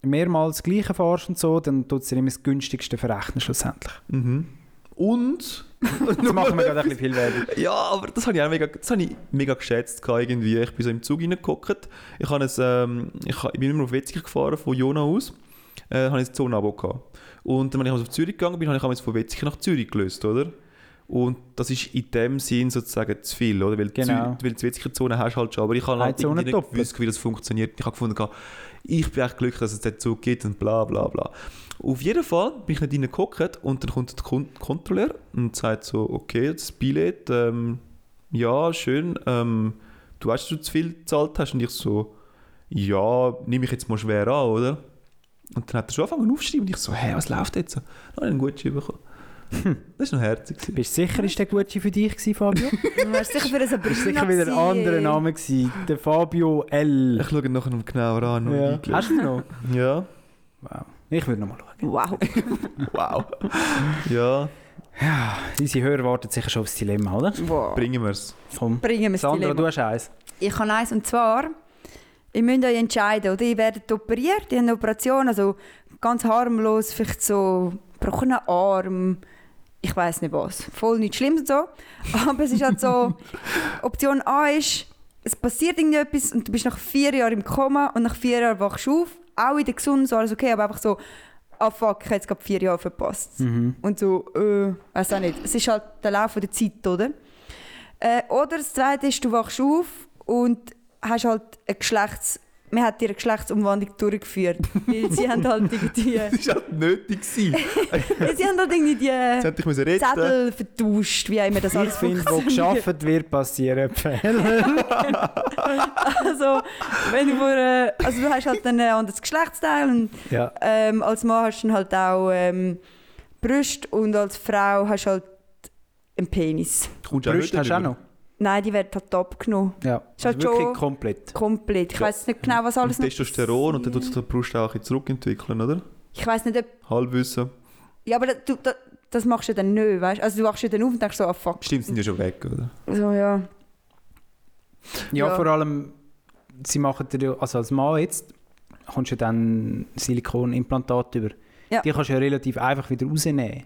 Speaker 4: mehrmals das Gleiche fährst und so, dann tut es dir immer das günstigste verrechnen schlussendlich.
Speaker 5: Und
Speaker 4: Jetzt machen wir gerade ein bisschen viel Werbung.
Speaker 5: ja, aber das habe ich auch mega, das habe ich mega geschätzt gehabt irgendwie. Ich bin so im Zug reingeguckt. Ich, habe ein, ähm, ich, ha- ich bin immer auf Wetzikon gefahren von Jona aus. Äh, habe ich ein Zonenabo gehabt. Und dann, wenn ich also auf Zürich gegangen bin, habe ich damals von Wetzikon nach Zürich gelöst, oder? Und das ist in dem Sinn sozusagen zu viel, oder? Weil,
Speaker 4: Genau.
Speaker 5: Zü weil die Wetzikon Zone hast du halt schon. Aber ich habe
Speaker 4: Eine
Speaker 5: halt
Speaker 4: Zone
Speaker 5: irgendwie nicht
Speaker 4: doppelt.
Speaker 5: gewusst, wie das funktioniert. Ich habe gefunden, gehabt, ich bin echt glücklich, dass es den Zug gibt und bla bla bla. Auf jeden Fall bin ich nicht reingeguckt und dann kommt der Kon Kontrolleur und sagt so, okay, das Billett, ähm, ja, schön, ähm, du weißt, dass du zu viel gezahlt hast. Und ich so, ja, nehme ich jetzt mal schwer an, oder? Und dann hat er schon angefangen aufzuschreiben und ich so, hä, was läuft jetzt? Dann habe ich einen Gutschein bekommen. Das war noch herzig. gewesen.
Speaker 4: Bist du sicher, ist der Gucci für dich gewesen, Fabio?
Speaker 3: Du wärst sicher für so
Speaker 4: Ist sicher wieder ein anderer Name gewesen. Der Fabio L.
Speaker 5: Ich schaue ihn nachher noch genauer an. noch
Speaker 4: Ja.
Speaker 5: eingelegt.
Speaker 4: Hast du ihn noch?
Speaker 5: Ja.
Speaker 4: Wow. Ich würde nochmal schauen.
Speaker 3: Wow.
Speaker 5: Wow. ja,
Speaker 4: Unsere Hörer warten sicher schon aufs Dilemma, oder?
Speaker 3: wow.
Speaker 5: bringen wir es.
Speaker 4: Komm.
Speaker 3: Bringen wir es
Speaker 4: Sandra,
Speaker 3: Dilemma.
Speaker 4: du hast eins.
Speaker 3: Ich kann eins und zwar, ihr müsst euch entscheiden, oder? Ihr werdet operiert, ihr habt eine Operation, also ganz harmlos, vielleicht so gebrochenen Arm, ich weiß nicht was. Voll nichts Schlimmes und so. Aber es ist halt so, Option A ist, es passiert irgendetwas und du bist nach vier Jahren im Koma und nach vier Jahren wachst du auf, auch wieder gesund, so alles okay, aber einfach so, ah fuck, ich habe jetzt gerade vier Jahre verpasst. Und so, äh, weiß auch nicht. Es ist halt der Lauf der Zeit, oder? Äh, oder das zweite ist, du wachst auf und hast halt eine Geschlechts... Man hat dir eine Geschlechtsumwandlung durchgeführt. weil sie haben halt irgendwie...
Speaker 5: Das war halt nötig. gewesen.
Speaker 3: weil sie haben halt irgendwie
Speaker 5: Jetzt
Speaker 3: die
Speaker 5: hätte ich müssen retten.
Speaker 3: Zettel vertauscht, wie auch immer das
Speaker 4: Ich
Speaker 3: alles
Speaker 4: finde, wo
Speaker 3: funktioniert.
Speaker 4: geschafft wird, passieren Fälle.
Speaker 3: Also, wenn du, vor, äh, also du hast halt dann ein anderes Geschlechtsteil und
Speaker 4: ja.
Speaker 3: ähm, als Mann hast du dann halt auch ähm, Brüste und als Frau hast du halt einen Penis.
Speaker 5: Kommst du auch
Speaker 4: Brüste
Speaker 5: nicht
Speaker 4: hast du auch
Speaker 5: drüber?
Speaker 4: noch?
Speaker 3: Nein, die werden halt abgenommen.
Speaker 4: Ja.
Speaker 3: Ist halt
Speaker 4: Also wirklich
Speaker 3: schon-
Speaker 4: komplett.
Speaker 3: Komplett. Ich weiß nicht genau, was
Speaker 5: Und
Speaker 3: alles noch...
Speaker 5: Testosteron und dann tut sich die Brust auch ein bisschen zurückentwickeln, oder?
Speaker 3: Ich weiß nicht, ob
Speaker 5: Halbwissen.
Speaker 3: Ja, aber da- du, da, das machst du dann nicht, weißt du? Also du wachst ja dann auf und denkst so, ah fuck.
Speaker 5: Stimmt, sind ja schon weg, oder?
Speaker 3: So, ja.
Speaker 4: Ja,
Speaker 3: Ja.
Speaker 4: vor allem, sie machen dir, ja- also als Mann jetzt, kommst du ja dann Silikonimplantat über.
Speaker 3: Ja.
Speaker 4: Die kannst du ja relativ einfach wieder rausnehmen.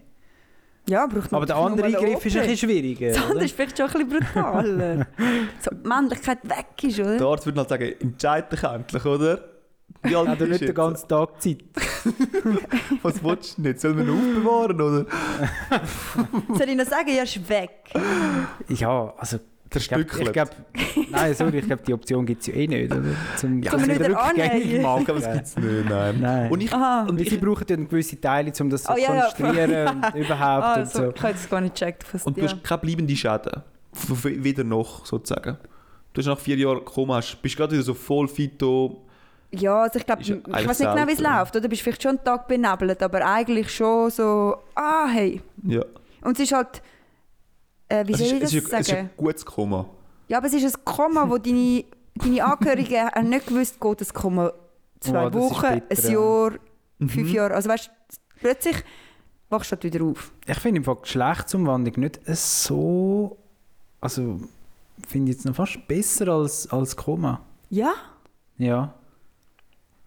Speaker 3: Ja, braucht man
Speaker 4: Aber der
Speaker 3: natürlich
Speaker 4: andere
Speaker 3: noch mal eine
Speaker 4: Eingriff ist ein
Speaker 3: OP.
Speaker 4: bisschen schwieriger.
Speaker 3: Das andere
Speaker 4: oder?
Speaker 3: ist vielleicht schon ein bisschen brutaler. so, die Männlichkeit weg ist,
Speaker 5: Der
Speaker 3: oder?
Speaker 5: Arzt würde halt sagen, entscheid dich endlich, oder? Wie alt
Speaker 4: Oder
Speaker 5: bist
Speaker 4: nicht
Speaker 5: du
Speaker 4: den
Speaker 5: jetzt?
Speaker 4: ganzen Tag Zeit.
Speaker 5: Was willst du nicht? Sollen wir ihn aufbewahren, oder?
Speaker 3: Soll ich noch sagen, ja, ist weg.
Speaker 4: Ja, also ich glaube,
Speaker 5: Zerstückelt.
Speaker 4: ich glaub- nein, sorry, ich glaube, die Option gibt es ja eh nicht, oder? Zum,
Speaker 5: Ja,
Speaker 4: zum
Speaker 5: aber
Speaker 3: wieder annehmen.
Speaker 5: Ich glaube, das gibt es nicht, nein.
Speaker 4: Nein.
Speaker 5: Und ich,
Speaker 3: Aha.
Speaker 5: und
Speaker 4: Und
Speaker 5: ich
Speaker 4: sie brauchen ja gewisse Teile, um das zu
Speaker 3: Oh, ja, ja.
Speaker 4: konstruieren und überhaupt
Speaker 3: Ah,
Speaker 4: und
Speaker 3: so,
Speaker 4: so.
Speaker 3: ich habe jetzt gar nicht gecheckt. was-
Speaker 5: Und du
Speaker 3: ja.
Speaker 5: hast keine bleibenden Schäden. F- w- Weder noch, sozusagen. Du hast nach vier Jahren gekommen, hast, bist gerade wieder so voll fito.
Speaker 3: ja, also ich glaube,
Speaker 5: Ist
Speaker 3: ich
Speaker 5: ja eigentlich
Speaker 3: weiß nicht genau, wie es
Speaker 5: selten.
Speaker 3: läuft, oder? Du bist vielleicht schon einen Tag benebelt, aber eigentlich schon so, ah, hey.
Speaker 5: Ja.
Speaker 3: Und es ist halt, äh, wie
Speaker 5: Es
Speaker 3: soll
Speaker 5: ist,
Speaker 3: ich das
Speaker 5: es, ist,
Speaker 3: sagen?
Speaker 5: es ist ein gutes Koma.
Speaker 3: Ja, aber es ist ein Komma, wo deine, deine Angehörigen haben nicht gewusst, geht das Komma zwei
Speaker 4: Oh, das ist
Speaker 3: Wochen,
Speaker 4: bitter,
Speaker 3: ein Jahr,
Speaker 5: Mhm.
Speaker 3: fünf Jahre. Also weißt du, plötzlich wachst du halt wieder auf.
Speaker 4: Ich finde im Fall Geschlechtsumwandlung nicht so. Also, finde ich jetzt noch fast besser als, als Koma.
Speaker 3: Ja?
Speaker 4: Ja.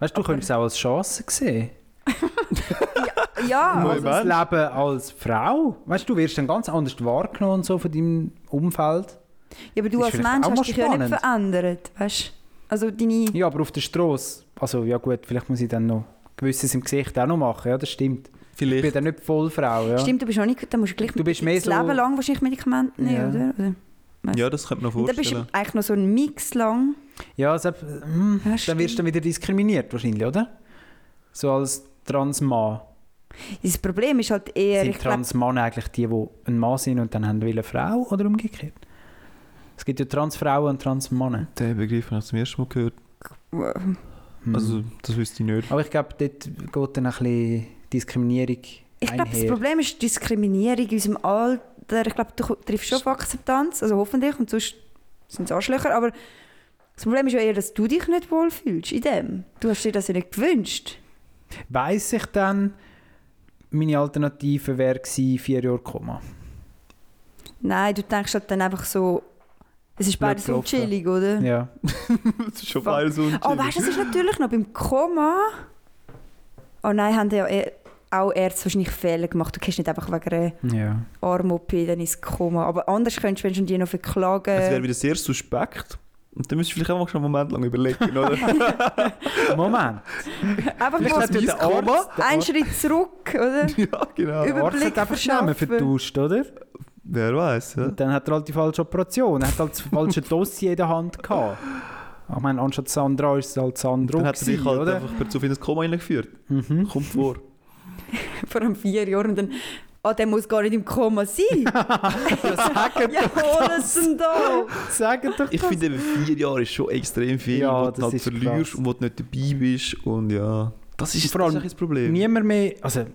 Speaker 4: Weißt du, du könntest es auch als Chance sehen.
Speaker 3: Ja,
Speaker 5: Moment.
Speaker 4: Also das Leben als Frau. Weißt du, du wirst dann ganz anders wahrgenommen und so von deinem Umfeld.
Speaker 3: ja aber du
Speaker 4: Ist
Speaker 3: als
Speaker 4: vielleicht auch
Speaker 3: Mensch
Speaker 4: mal
Speaker 3: hast dich ja nicht
Speaker 4: spannend.
Speaker 3: verändert, weißt du? Also deine...
Speaker 4: Ja, aber auf der Straße. Also ja gut, vielleicht muss ich dann noch gewisses im Gesicht auch noch machen, ja, das stimmt. Ich bin
Speaker 5: Vielleicht.
Speaker 4: dann nicht Vollfrau, ja.
Speaker 3: Stimmt, du bist auch nicht... Dann musst du gleich
Speaker 4: Du bist mehr
Speaker 3: das
Speaker 4: so-
Speaker 3: Leben lang wahrscheinlich Medikamente nehmen,
Speaker 4: Ja.
Speaker 3: oder? oder? weiss-
Speaker 5: Ja, das könnte man
Speaker 3: Und dann bist du
Speaker 5: vorstellen.
Speaker 3: eigentlich noch so ein Mix lang.
Speaker 4: Ja, selbst, hm,
Speaker 3: Ja,
Speaker 4: dann wirst du dann wieder diskriminiert wahrscheinlich, oder? So als Transmann.
Speaker 3: Das Problem ist halt eher...
Speaker 4: sind
Speaker 3: Ich glaub,
Speaker 4: Transmänner eigentlich die, die ein Mann sind und dann haben wollen eine Frau oder umgekehrt? Es gibt ja Transfrauen und Transmänner.
Speaker 5: Den Begriff habe ich zum ersten Mal gehört.
Speaker 4: Mhm. Hm.
Speaker 5: Also, das wüsste ich nicht.
Speaker 4: Aber ich glaube, dort geht dann ein bisschen Diskriminierung
Speaker 3: Ich glaube, das
Speaker 4: einher.
Speaker 3: Problem ist die Diskriminierung in unserem Alter. Ich glaube, du triffst schon auf Akzeptanz, also hoffentlich, und sonst sind es Arschlöcher, aber das Problem ist ja eher, dass du dich nicht wohlfühlst in dem. Du hast dir das ja nicht gewünscht.
Speaker 4: Weiss ich dann, meine Alternative wäre gewesen, vier Jahre Koma.
Speaker 3: Nein, du denkst halt dann einfach so, es ist beides
Speaker 4: Blöd
Speaker 3: so
Speaker 4: gelaufen.
Speaker 3: chillig, oder?
Speaker 4: Ja.
Speaker 5: Das ist schon
Speaker 3: Fuck.
Speaker 5: beides unschuldig.
Speaker 3: Oh, weißt du, es ist natürlich noch beim Koma. Oh nein, haben ja eh- auch Ärzte wahrscheinlich Fehler gemacht. Du kannst nicht einfach wegen einer
Speaker 4: ja.
Speaker 3: Arm-OP dann ins Koma. Aber anders könntest du wenigstens die noch verklagen.
Speaker 5: Es wäre wieder sehr suspekt. Und dann müsstest du vielleicht auch mal schon einen Moment lang überlegen, oder?
Speaker 4: Moment.
Speaker 3: Einfach
Speaker 4: Vielleicht
Speaker 3: mal
Speaker 4: hat ja der
Speaker 3: einen
Speaker 4: Arzt- der
Speaker 3: einen
Speaker 4: Arzt-
Speaker 3: Schritt zurück, oder?
Speaker 5: ja, genau.
Speaker 4: Der Arzt
Speaker 3: Überblick
Speaker 4: hat einfach die Namen
Speaker 3: verschaffen.
Speaker 4: vertauscht, oder?
Speaker 5: Wer weiß, ja.
Speaker 4: Und dann hat er halt die falsche Operation. Er hat halt das falsche Dossier in der Hand gehabt. Ich meine, anstatt Sandra ist es halt Sandro
Speaker 5: Dann hat er dich
Speaker 4: gewesen,
Speaker 5: halt
Speaker 4: oder?
Speaker 5: einfach per Zufall in das Koma hineingeführt.
Speaker 4: Mhm.
Speaker 5: Kommt vor.
Speaker 3: Vor einem vier Jahren und dann, ah, der muss gar nicht im Koma sein.
Speaker 4: Sagen
Speaker 3: ja, hol es denn da.
Speaker 4: Sagen doch
Speaker 5: Ich
Speaker 4: das.
Speaker 5: finde, eben, vier Jahre ist schon extrem viel,
Speaker 4: Ja,
Speaker 5: wo du
Speaker 4: das
Speaker 5: halt
Speaker 4: ist
Speaker 5: verlierst
Speaker 4: krass.
Speaker 5: und wo du nicht dabei bist. Und ja, das ist
Speaker 4: Vor allem
Speaker 5: das, ist ein Problem.
Speaker 4: Niemand mehr, also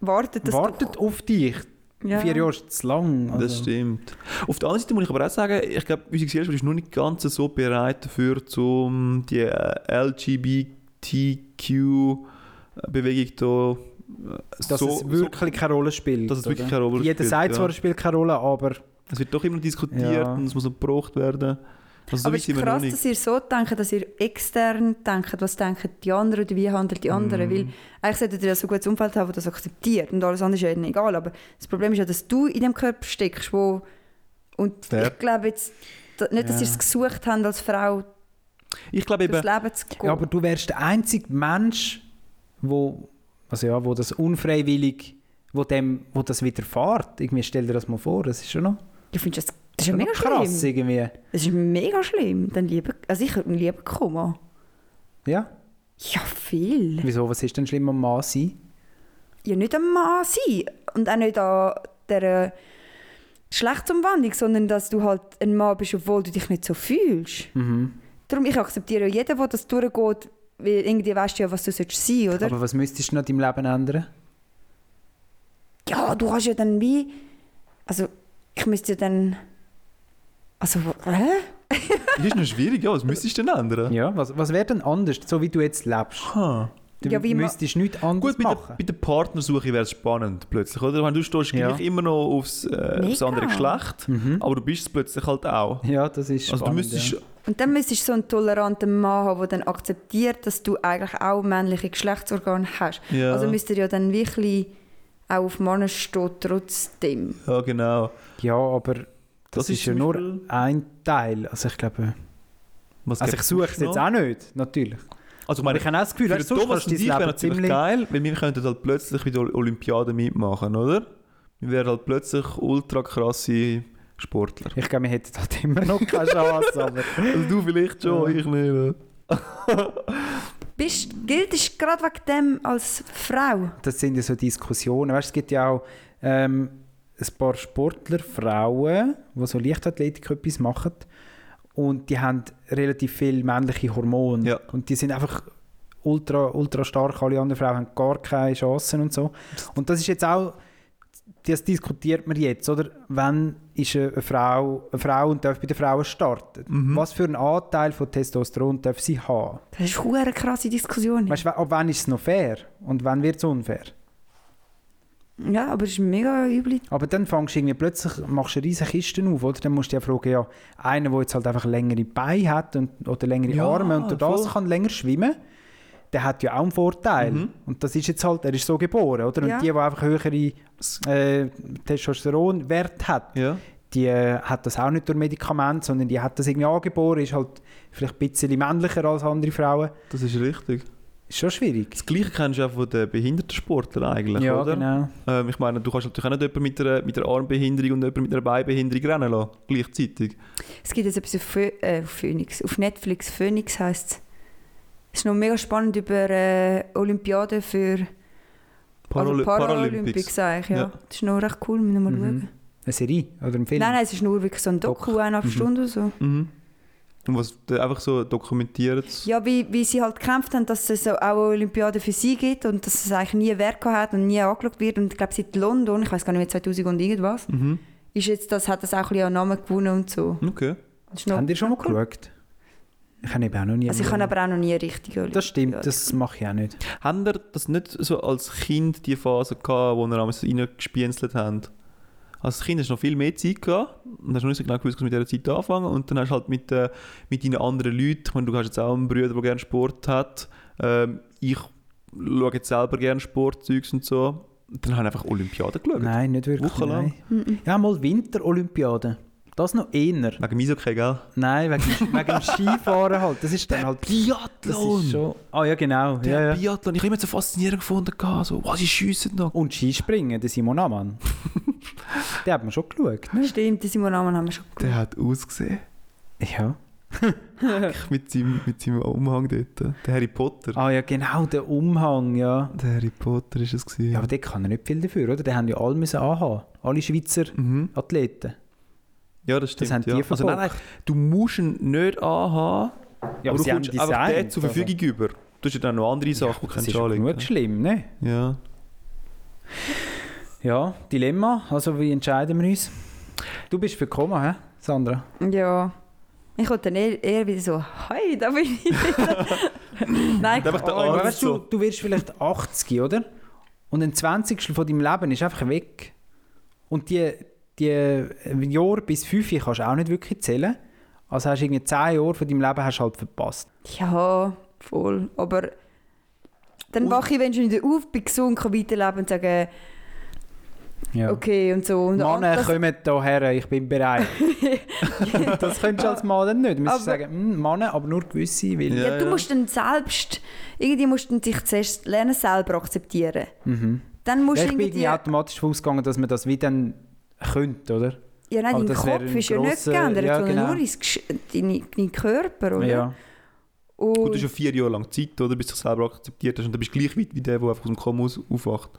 Speaker 3: Wartet, dass
Speaker 4: wartet auf dich.
Speaker 3: du... Ja.
Speaker 4: Vier Jahre ist zu lang. Also.
Speaker 5: Das stimmt. Auf der anderen Seite muss ich aber auch sagen, ich glaube, unsere Gesellschaft ist noch nicht ganz so bereit dafür, um die LGBTQ-Bewegung da äh,
Speaker 4: Dass es wirklich keine Rolle spielt.
Speaker 5: dass es wirklich
Speaker 4: oder?
Speaker 5: keine Rolle
Speaker 4: Jeder
Speaker 5: spielt,
Speaker 4: sagt
Speaker 5: ja.
Speaker 4: zwar, es spielt keine Rolle, aber
Speaker 5: Es wird doch immer noch diskutiert
Speaker 4: Ja.
Speaker 5: und es muss noch gebraucht werden. Also so
Speaker 3: Aber
Speaker 5: weit
Speaker 3: es
Speaker 5: sind
Speaker 3: ist
Speaker 5: wir noch
Speaker 3: krass,
Speaker 5: nicht.
Speaker 3: dass ihr so denkt, dass ihr extern denkt, was denken die anderen oder wie handeln die anderen.
Speaker 5: Mhm.
Speaker 3: Weil eigentlich solltet ihr ja so ein gutes Umfeld haben, das das akzeptiert. Und alles andere ist ja ihnen egal. Aber das Problem ist ja, dass du in dem Körper steckst, wo... Und
Speaker 5: Ja.
Speaker 3: ich glaube jetzt da- nicht, dass
Speaker 4: Ja.
Speaker 3: ihr es gesucht habt, als Frau
Speaker 5: Ich glaube eben,
Speaker 3: durchs Leben zu gehen.
Speaker 4: Ja, aber du wärst der einzige Mensch, wo, also ja, wo das unfreiwillig, wo dem, wo das widerfährt. Irgendwie stell dir das mal vor, das ist schon noch,
Speaker 3: ich finde, das, das ist ja
Speaker 4: schon
Speaker 3: mega
Speaker 4: noch krass
Speaker 3: schlimm.
Speaker 4: irgendwie.
Speaker 3: Das ist mega schlimm. Dann lieber, also ich würde lieber Koma.
Speaker 4: Ja,
Speaker 3: Ja, viel.
Speaker 4: wieso? Was ist denn schlimm am Mann sein?
Speaker 3: Ja, nicht am Mann sein und auch nicht an der äh, Geschlechtsumwandlung, sondern dass du halt ein Mann bist, obwohl du dich nicht so fühlst. Darum, ich akzeptiere ja jeden, der das durchgeht, weil irgendwie weißt du ja, was du sollst sein, oder?
Speaker 4: Aber was müsstest du noch in deinem Leben ändern?
Speaker 3: ja, du hast ja dann wie... Also, ich müsste ja dann... Also, hä?
Speaker 5: das ist noch schwierig, ja, was müsstest du denn ändern?
Speaker 4: Ja, was, was wäre denn anders, so wie du jetzt lebst?
Speaker 5: Ha.
Speaker 4: Du
Speaker 3: Ja, wie ma-
Speaker 4: müsstest nichts anderes
Speaker 5: Gut, bei der,
Speaker 4: machen.
Speaker 5: bei der Partnersuche wäre es spannend plötzlich, oder? Ich meine, Du stehst
Speaker 4: Ja. Mhm.
Speaker 5: gleich immer noch aufs, äh, aufs
Speaker 3: Mega.
Speaker 5: andere Geschlecht, aber du bist es plötzlich halt auch.
Speaker 4: Ja, das ist
Speaker 5: also
Speaker 4: spannend.
Speaker 5: du müsstest
Speaker 4: ja.
Speaker 3: Und dann müsstest du so einen toleranten Mann haben, der dann akzeptiert, dass du eigentlich auch männliche Geschlechtsorgane hast.
Speaker 5: Ja.
Speaker 3: Also müsst ihr ja dann wirklich auch auf Männer stehen trotzdem.
Speaker 5: Ja, genau.
Speaker 4: ja, aber das,
Speaker 5: Das
Speaker 4: ist,
Speaker 5: ist
Speaker 4: ja
Speaker 5: zum
Speaker 4: nur
Speaker 5: Beispiel-
Speaker 4: ein Teil. Also ich glaube,
Speaker 5: Was
Speaker 4: also ich
Speaker 5: gibt's
Speaker 4: suche
Speaker 5: sonst
Speaker 4: es jetzt
Speaker 5: noch?
Speaker 4: auch nicht, natürlich.
Speaker 5: Also, ich
Speaker 4: Aber
Speaker 5: meine,
Speaker 4: ich habe auch das Gefühl,
Speaker 5: für
Speaker 4: weißt, du,
Speaker 5: den
Speaker 4: sonst
Speaker 5: Thomas
Speaker 4: kannst
Speaker 5: und
Speaker 4: du
Speaker 5: ich
Speaker 4: dein
Speaker 5: wäre
Speaker 4: Leben
Speaker 5: natürlich
Speaker 4: ziemlich...
Speaker 5: geil, weil wir könnten halt plötzlich wieder Olympiaden mitmachen, oder? Wir wären halt plötzlich ultra krasse Sportler.
Speaker 4: Ich glaube, wir hätten halt immer noch keine Chance, aber...
Speaker 5: Also du vielleicht schon, ich nicht.
Speaker 3: Bist, gilt es gerade wegen dem als Frau?
Speaker 4: Das sind ja so Diskussionen. Weißt, es gibt ja auch ähm, ein paar Sportlerfrauen, die so Leichtathletik etwas machen und die haben relativ viel männliche Hormone
Speaker 5: Ja.
Speaker 4: und die sind einfach ultra, ultra stark. Alle anderen Frauen haben gar keine Chancen und so. Und das ist jetzt auch, das diskutiert man jetzt, oder? Wann ist eine eine Frau eine Frau und darf bei den Frauen starten? Was für einen Anteil von Testosteron darf sie haben?
Speaker 3: Das ist eine krasse Diskussion.
Speaker 4: Weißt du, ab wann ist es noch fair und wann wird es unfair?
Speaker 3: Ja, aber es ist mega übel.
Speaker 4: Aber dann fängst du irgendwie plötzlich, machst du riesige Kisten auf, oder? Dann musst du ja fragen, ja, einer, der jetzt halt einfach längere Beine hat und, oder längere
Speaker 5: Ja,
Speaker 4: Arme und durch das
Speaker 5: voll. Mhm.
Speaker 4: kann länger schwimmen, der hat ja auch einen Vorteil. Und das ist jetzt halt, er ist so geboren, oder? Und
Speaker 3: Ja.
Speaker 4: die, die einfach höhere äh, Testosteronwert hat,
Speaker 5: Ja.
Speaker 4: die äh, hat das auch nicht durch Medikamente, sondern die hat das irgendwie angeboren, ist halt vielleicht ein bisschen männlicher als andere Frauen.
Speaker 5: Das ist richtig.
Speaker 4: Ist schon schwierig.
Speaker 5: Das Gleiche kennst du auch von den Behindertensportlern eigentlich,
Speaker 4: ja,
Speaker 5: oder?
Speaker 4: genau.
Speaker 5: Ähm, ich meine, du kannst natürlich auch nicht jemanden mit einer, mit einer Armbehinderung und jemanden mit einer Beinbehinderung rennen lassen, gleichzeitig.
Speaker 3: Es gibt jetzt etwas auf, Phö äh, auf Phoenix, auf Netflix. Phoenix heißt es. Es ist noch mega spannend über äh, Olympiade für also
Speaker 5: Paraly-
Speaker 3: Paralympics, sage ich. Ja.
Speaker 5: Ja.
Speaker 3: Das ist noch recht cool, müssen wir mal
Speaker 4: Mhm.
Speaker 3: schauen.
Speaker 4: Eine Serie oder ein Film?
Speaker 3: Nein, nein, es ist nur wirklich so ein Doku, eineinhalb
Speaker 4: Mhm.
Speaker 3: Stunden oder so.
Speaker 5: Mhm. Und was da einfach so dokumentiert.
Speaker 3: Ja, wie, wie sie halt gekämpft haben, dass es so auch eine Olympiade für sie gibt und dass es eigentlich nie Wert gehabt hat und nie angeschaut wird. Und ich glaube, seit London, ich weiß gar nicht mehr, 2000 und irgendwas,
Speaker 5: Mhm.
Speaker 3: ist jetzt das, hat das auch ein bisschen an Namen gewonnen und so.
Speaker 5: Okay.
Speaker 3: Das ist noch-
Speaker 4: Habt ihr schon mal
Speaker 3: noch Ah, cool.
Speaker 4: geschaut? Ich habe eben auch noch nie.
Speaker 3: Also ich habe aber auch noch nie richtig Olympiade.
Speaker 4: das stimmt, das mache ich auch nicht.
Speaker 5: Haben ihr das nicht so als Kind die Phase gehabt, wo ihr damals reingespienzelt habt? Als Kind hast du noch viel mehr Zeit gehabt und hast noch nicht so genau gewusst, was mit dieser Zeit anfangen. Und dann hast du halt mit, äh, mit deinen anderen Leuten, ich meine, du hast jetzt auch einen Bruder, der gerne Sport hat. Ähm, ich schaue jetzt selber gerne Sportzeugs und so. Dann haben wir einfach Olympiaden geschaut.
Speaker 4: Nein, nicht wirklich.
Speaker 5: Wochenlang?
Speaker 4: Nein. Ja, mal Winterolympiade. Das noch eher.
Speaker 5: Wegen mir okay, gell?
Speaker 4: Nein, wegen, wegen dem Skifahren halt. Das ist dann halt. Das
Speaker 5: Biathlon!
Speaker 4: ist schon. Ah ja, genau.
Speaker 5: Der
Speaker 4: Ja, ja.
Speaker 5: Biathlon, ich habe immer so faszinierend gefunden, gehabt, so, was, sie schiessen noch.
Speaker 4: Und Skispringen, der Simon Amann. den hat man schon geschaut. Ne?
Speaker 3: Stimmt, das Simon Amann haben wir schon
Speaker 5: Der hat ausgesehen.
Speaker 4: Ja.
Speaker 5: mit seinem, mit seinem Umhang dort. Der Harry Potter.
Speaker 4: Ah ja, genau, der Umhang, ja.
Speaker 5: Der Harry Potter ist es gewesen.
Speaker 4: Ja, aber der kann er nicht viel dafür, oder? Den haben ja alle müssen anhaben. Alle Schweizer
Speaker 5: mhm.
Speaker 4: Athleten.
Speaker 5: ja das
Speaker 4: Das
Speaker 5: stimmt.
Speaker 4: haben die
Speaker 5: ja. also, nein, nein, du musst ihn nicht anhaben,
Speaker 4: Ja,
Speaker 5: aber du kommst einfach den
Speaker 4: designt,
Speaker 5: zur Verfügung über. Du hast ja dann noch andere Sachen, die
Speaker 4: Das
Speaker 5: kannst
Speaker 4: ist
Speaker 5: du
Speaker 4: ja
Speaker 5: anlegen.
Speaker 4: genug schlimm, ne?
Speaker 5: Ja.
Speaker 4: Ja, Dilemma. Also wie entscheiden wir uns? Du bist für Koma, hä, Sandra?
Speaker 3: geschaut. Ja. Ich wollte dann eher, eher wieder so, hi, da bin ich. Nein,
Speaker 5: Einfach der
Speaker 3: keine Ahnung.
Speaker 5: Arm.
Speaker 4: Aber Oh, weißt du, du wirst vielleicht 80, oder? Und ein 20. von deinem Leben ist einfach weg. Und die, die äh, Jahre bis 5 kannst du auch nicht wirklich zählen. Also hast du irgendwie 10 Jahre von deinem Leben hast du halt verpasst.
Speaker 3: Ja, voll. Aber dann
Speaker 5: Und-
Speaker 3: wache ich wenigstens wieder auf, bin gesund, kann weiterleben und sagen,
Speaker 4: Ja.
Speaker 3: okay und so. Und
Speaker 4: Männer
Speaker 3: das-
Speaker 4: kommen hierher, ich bin bereit. das könntest du als Mann dann nicht. Du müsstest
Speaker 3: Aber-
Speaker 4: sagen, «Hm, Männer, aber nur gewisse, weil...
Speaker 5: Ja,
Speaker 3: ja, du
Speaker 5: ja.
Speaker 3: musst dann selbst, irgendwie musst du dich zuerst lernen, selber akzeptieren.
Speaker 4: Mhm.
Speaker 3: Dann musst
Speaker 4: Ja,
Speaker 3: du
Speaker 4: ich
Speaker 3: irgendwie,
Speaker 4: bin irgendwie
Speaker 3: ja
Speaker 4: automatisch davon ausgegangen, dass man das wie dann könnte, oder?
Speaker 3: nein,
Speaker 4: aber
Speaker 3: dein
Speaker 4: das wäre
Speaker 3: Kopf
Speaker 4: ein
Speaker 3: ist ja nou, nicht
Speaker 4: grosser-
Speaker 3: geändert,
Speaker 4: ja,
Speaker 3: sondern
Speaker 4: genau.
Speaker 3: nur dein, Gesch- deine, dein Körper, oder?
Speaker 4: Ja.
Speaker 5: Gut, du hast
Speaker 3: Und,
Speaker 5: ja vier Jahre lang Zeit, oder? Bis du dich selber akzeptiert hast. Und dann bist du gleich weit wie der, der einfach aus dem Koma aus- aufwacht.